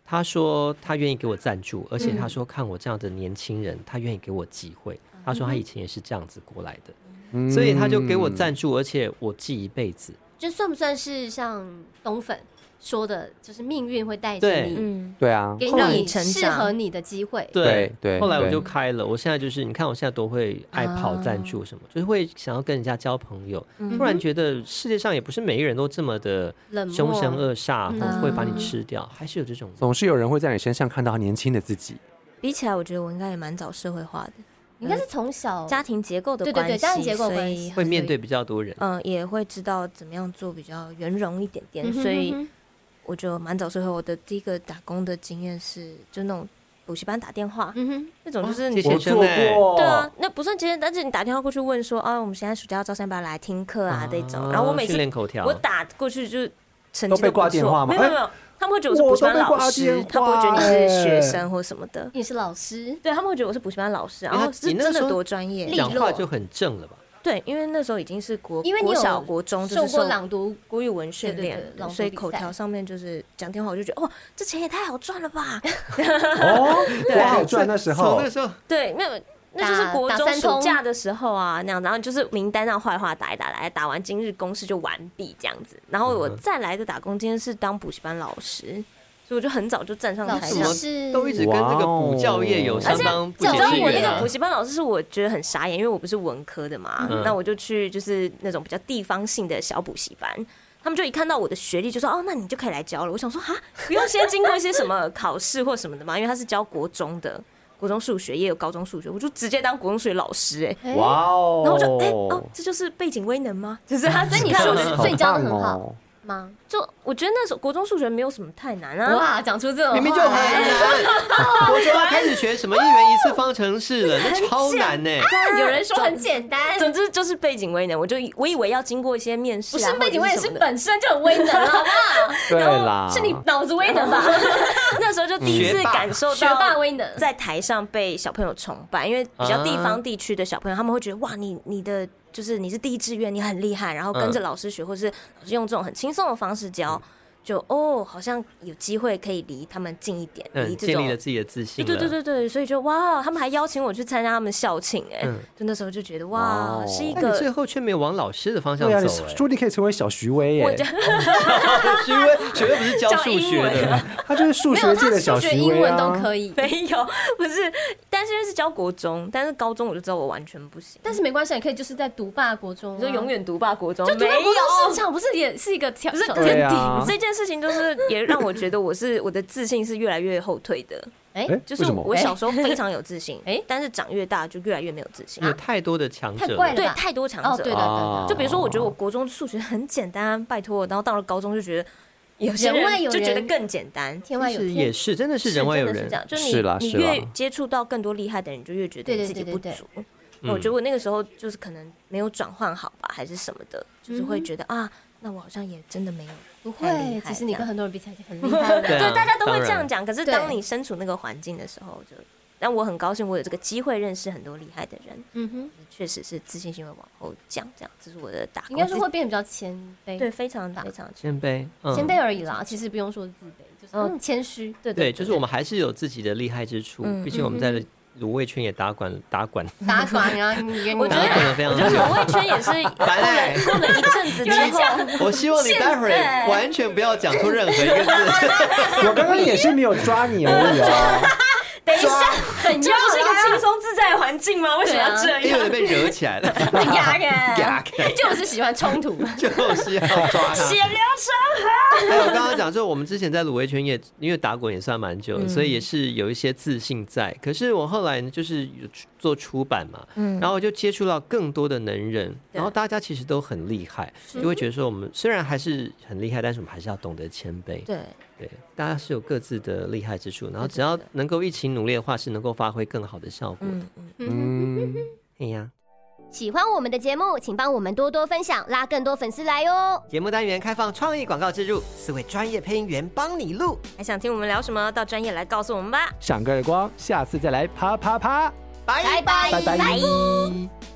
Speaker 1: 他说他愿意给我赞助，而且他说看我这样的年轻人，他愿意给我机会。他说他以前也是这样子过来的，
Speaker 2: 嗯
Speaker 1: 所以他就给我赞助，而且我记一辈子。
Speaker 6: 就算不算是像东粉说的，就是命运会带着
Speaker 1: 对
Speaker 6: 你，
Speaker 3: 嗯，
Speaker 2: 对啊，
Speaker 6: 给
Speaker 3: 让你
Speaker 6: 你
Speaker 3: 成
Speaker 6: 适
Speaker 3: 长
Speaker 6: 合你的机会。
Speaker 2: 对对
Speaker 1: 后来我就
Speaker 2: 对
Speaker 1: 开了，我现在就是你看我现在多会爱跑赞助什么，就是会想要跟人家交朋友。突然觉得世界上也不是每一个人都这么的
Speaker 6: 冷漠
Speaker 1: 凶神恶煞，
Speaker 6: 嗯
Speaker 1: 会把你吃掉，还是有这种。
Speaker 2: 总是有人会在你身上看到年轻的自己。
Speaker 3: 比起来，我觉得我应该也蛮早社会化的，呃
Speaker 6: 你应该是从小
Speaker 3: 家庭结构的
Speaker 6: 对对
Speaker 3: 关系，
Speaker 6: 对家庭结构
Speaker 3: 所
Speaker 6: 关
Speaker 3: 以
Speaker 6: 系
Speaker 1: 会面对比较多人，
Speaker 3: 嗯，也会知道怎么样做比较圆融一点点，
Speaker 6: 嗯哼
Speaker 3: 所
Speaker 6: 嗯
Speaker 3: 以
Speaker 6: 哼
Speaker 3: 我就蛮早睡后。我的第一个打工的经验是，就那种补习班打电话、
Speaker 6: 嗯哼，
Speaker 3: 那种，就是
Speaker 1: 哇
Speaker 3: 你
Speaker 1: 谢谢
Speaker 2: 做过，
Speaker 3: 对啊，那不算接，但是你打电话过去问说啊，我们现在暑假要招生班来听课啊这种，然后我每
Speaker 1: 训
Speaker 3: 次
Speaker 1: 练口条，
Speaker 3: 我打过去就是成
Speaker 2: 都
Speaker 3: 绩
Speaker 2: 被
Speaker 3: 不
Speaker 2: 挂
Speaker 3: 错，
Speaker 2: 电话吗
Speaker 3: 没有没
Speaker 2: 哎
Speaker 3: 有没有，他们会觉得我是补习班老师
Speaker 2: 我都被挂电话，
Speaker 3: 他不会觉得你是学生或什么的，
Speaker 6: 你是老师，
Speaker 3: 对他们会觉得我是补习班老师，然
Speaker 1: 为他
Speaker 3: 后是
Speaker 1: 你那
Speaker 3: 真
Speaker 1: 时
Speaker 3: 的
Speaker 1: 候
Speaker 3: 多专业，
Speaker 1: 讲话就很正了吧？
Speaker 3: 对，因为那时候已经是国
Speaker 6: 因为你
Speaker 3: 国
Speaker 6: 有
Speaker 3: 小国中就
Speaker 6: 受
Speaker 3: 是
Speaker 6: 过朗读，
Speaker 3: 国语文训
Speaker 6: 对对对
Speaker 3: 练的，
Speaker 6: 朗读
Speaker 3: 所以
Speaker 6: 比
Speaker 3: 口
Speaker 6: 赛
Speaker 3: 条上面就是讲电话，我就觉得哦，这钱也太好赚了吧？
Speaker 2: 哦，我好赚那
Speaker 3: 嗯
Speaker 2: 时
Speaker 1: 从
Speaker 2: 候
Speaker 1: 那，时候
Speaker 3: 对，没有，那就是
Speaker 6: 打
Speaker 3: 国
Speaker 6: 打
Speaker 3: 中
Speaker 6: 三
Speaker 3: 暑
Speaker 6: 通
Speaker 3: 假的时候啊，那样，然后就是名单上坏话打一打来，打完今日公式就完毕这样子。然后我
Speaker 1: 嗯哼
Speaker 3: 再来的打工，今天是当补习班老师，所以我就很早就站上
Speaker 6: 老
Speaker 3: 台
Speaker 6: 师
Speaker 3: 上。
Speaker 6: 嗯是
Speaker 1: 都一直跟这个补教业有相当不
Speaker 3: 你
Speaker 1: 解
Speaker 3: 知道
Speaker 1: 之
Speaker 3: 我那
Speaker 1: 缘
Speaker 3: 个
Speaker 1: 啊
Speaker 3: 补。习班老师是我觉得很傻眼，因为我不是文科的嘛，
Speaker 1: 嗯
Speaker 3: 那我就去就是那种比较地方性的小补习班。他们就一看到我的学历，就说：“哦，那你就可以来教了。”我想说：“哈，不用先经过一些什么考试或什么的嘛，因为他是教国中的，国中数学也有高中数学，我就直接当国中数学老师、哎，
Speaker 6: 哎
Speaker 2: 哇哦，
Speaker 3: 然后我就哎、哦，这就是背景威能吗？ 就是他自
Speaker 6: 所以
Speaker 3: 己
Speaker 6: 你
Speaker 3: 看
Speaker 6: 数
Speaker 3: 我
Speaker 6: 学
Speaker 3: 的，
Speaker 6: 所以你教的很
Speaker 2: 棒
Speaker 6: 好
Speaker 2: 哦
Speaker 6: 吗？
Speaker 3: 就我觉得那时候国中数学没有什么太难啊。
Speaker 6: 哇，讲出这种
Speaker 1: 明明就
Speaker 6: 话
Speaker 1: 很难，国中要开始学什么一元一次方程 式了，那超难呢。
Speaker 6: 但有人说很简单，
Speaker 3: 总之就是背景威能，我就以我以为要经过一些面试、
Speaker 6: 不
Speaker 3: 啊，
Speaker 6: 是背景
Speaker 3: 或
Speaker 6: 威
Speaker 3: 者
Speaker 6: 也
Speaker 3: 什
Speaker 6: 是
Speaker 3: 么的
Speaker 6: 本身就很威能， 好不好？
Speaker 2: 对啊啦，
Speaker 6: 是你脑子威能 吧？
Speaker 3: 那时候就第一次感受
Speaker 6: 学霸
Speaker 3: 到
Speaker 6: 威能，
Speaker 3: 在台上被小朋友崇拜，因为比较地方地区的小朋友，他们会觉得哇，你你的就是你是第一志愿，你很厉害，然后跟着老师学，或是老师用这种很轻松的方式教，就哦，好像有机会可以离他们近一点，离
Speaker 1: 嗯，
Speaker 3: 这
Speaker 1: 建立
Speaker 3: 种
Speaker 1: 了。自己的自
Speaker 3: 对
Speaker 1: 信。
Speaker 3: 对对，对对，所以就哇，他们还邀请我去参加他们校庆，哎
Speaker 1: 嗯，
Speaker 3: 就那时候就觉得
Speaker 2: 哇
Speaker 3: 哇
Speaker 2: 哦，
Speaker 3: 是一
Speaker 1: 但你最
Speaker 3: 个
Speaker 1: 后却没有往老师的方向
Speaker 2: 对啊，你
Speaker 1: 走，哎，
Speaker 2: 说你可以成为小徐威耶，
Speaker 1: 学位学位不是教
Speaker 3: 教
Speaker 1: 数
Speaker 3: 英
Speaker 1: 学
Speaker 3: 文
Speaker 1: 的，
Speaker 2: 他就是数
Speaker 6: 没
Speaker 2: 学
Speaker 6: 有
Speaker 2: 界
Speaker 6: 他
Speaker 2: 的
Speaker 6: 数
Speaker 2: 小
Speaker 6: 学、
Speaker 2: 徐
Speaker 6: 英
Speaker 2: 威
Speaker 6: 文
Speaker 2: 啊，
Speaker 6: 都可以，
Speaker 3: 没有， 不是，但是因为是教国中，但是高中我就知道我完全不行。
Speaker 6: 但是没关系，你可以就是在独霸国中啊，
Speaker 3: 你说永远独霸国中，
Speaker 6: 就独
Speaker 3: 没
Speaker 6: 霸国
Speaker 3: 有
Speaker 6: 中市场不是也是一个挑
Speaker 3: 不是
Speaker 6: 挑
Speaker 2: 对
Speaker 6: 战？
Speaker 2: 啊
Speaker 3: 这件事情，就是也让我觉得我是我的自信是越来越后退的。
Speaker 6: 哎
Speaker 2: 哎，为
Speaker 3: 就是
Speaker 2: 什么
Speaker 3: 我小时候非常有自信，
Speaker 6: 哎
Speaker 3: 哎，但是长越大就越来越没有自信
Speaker 1: 有。太多的强者
Speaker 6: 太
Speaker 1: 了
Speaker 6: 怪。
Speaker 3: 对
Speaker 6: 了，吧？
Speaker 3: 太多强
Speaker 6: 哦，
Speaker 3: 者
Speaker 6: 对的，对
Speaker 3: 了。
Speaker 2: 啊
Speaker 6: 的，
Speaker 3: 就比如说，我觉得我国中数学很简单，拜托，然后到了高中就觉得有些
Speaker 6: 人外有
Speaker 3: 人就觉得
Speaker 6: 人
Speaker 3: 更简单。
Speaker 6: 天外有
Speaker 1: 是
Speaker 6: 天，
Speaker 1: 也是，真的是人外有
Speaker 3: 真的
Speaker 1: 人
Speaker 3: 是这。样，就是
Speaker 2: 啦
Speaker 3: 你你
Speaker 2: 是啦
Speaker 3: 越接触到更多厉害的人，你就越觉得
Speaker 6: 对
Speaker 3: 你
Speaker 6: 对
Speaker 3: 自己
Speaker 6: 对
Speaker 3: 不
Speaker 6: 对对
Speaker 3: 足。那我
Speaker 1: 嗯
Speaker 3: 觉得我那个时候就是可能没有转换好吧，还是什么的，就是会
Speaker 6: 嗯哼
Speaker 3: 觉得啊，那我好像也真的没有
Speaker 6: 不
Speaker 3: 太厉
Speaker 6: 会。
Speaker 3: 害
Speaker 6: 其实你
Speaker 3: 这样
Speaker 6: 跟很多人比起来就很厉 害了。
Speaker 1: 对啊
Speaker 3: 对，大家都会
Speaker 1: 当
Speaker 3: 这
Speaker 1: 然
Speaker 3: 样讲。可是当
Speaker 6: 对
Speaker 3: 你身处那个环境的时候，就但我很高兴，我有这个机会认识很多厉害的人，
Speaker 6: 嗯哼，
Speaker 3: 确实是自信心会往后降。这样，这是我的打工，
Speaker 6: 应该说会变得比较谦卑，
Speaker 3: 对，非常非常
Speaker 1: 谦卑，嗯
Speaker 6: 谦卑而已啦，其实不用说自卑，就是
Speaker 3: 嗯
Speaker 6: 嗯谦虚。
Speaker 3: 对
Speaker 1: 对，就是我们还是有自己的厉害之处
Speaker 3: 嗯。
Speaker 1: 毕竟我们在卤味圈也打滚打滚，
Speaker 6: 打垮然后你，我
Speaker 3: 觉
Speaker 1: 打
Speaker 3: 得
Speaker 1: 滚的非 常
Speaker 3: 就是
Speaker 1: 久。
Speaker 3: 我味圈也是过
Speaker 1: 白
Speaker 3: 了
Speaker 1: 赖
Speaker 3: 过了一阵子之后，
Speaker 1: 我希望你待会儿完全不要讲出任何一个字。
Speaker 2: 我刚刚也是没有抓你而已哦，
Speaker 3: 等一下，
Speaker 6: 怎
Speaker 3: 这
Speaker 6: 样
Speaker 3: 不是一个轻松自在的环境吗？为什么要这
Speaker 1: 因为
Speaker 3: 样？
Speaker 1: 被惹起 来了，
Speaker 6: 压人，
Speaker 1: 嘎嘎
Speaker 6: 就是喜欢冲突。
Speaker 1: 就是要抓他
Speaker 3: 血。流成
Speaker 1: 还有刚刚讲，就我们之前在卤味圈也，因为打滚也算蛮久的，所以也是有一些自信在。可是我后来呢，就是有出做出版嘛，然后我就接触到更多的能人，然后大家其实都很厉害，就会觉得说我们虽然还是很厉害，但是我们还是要懂得谦卑。
Speaker 3: 对，
Speaker 1: 对，大家是有各自的厉害之处，然后只要能够一起努力的话，是能够发挥更好的效果的。
Speaker 2: 嗯，
Speaker 1: 哎呀，
Speaker 6: 喜欢我们的节目，请帮我们多多分享，拉更多粉丝来哦。
Speaker 1: 节目单元开放创意广告植入，四位专业配音员帮你录。
Speaker 3: 还想听我们聊什么？到专业来告诉我们吧。
Speaker 7: 赏个耳光，下次再来啪啪啪。
Speaker 6: 拜拜
Speaker 7: 拜拜
Speaker 6: 拜。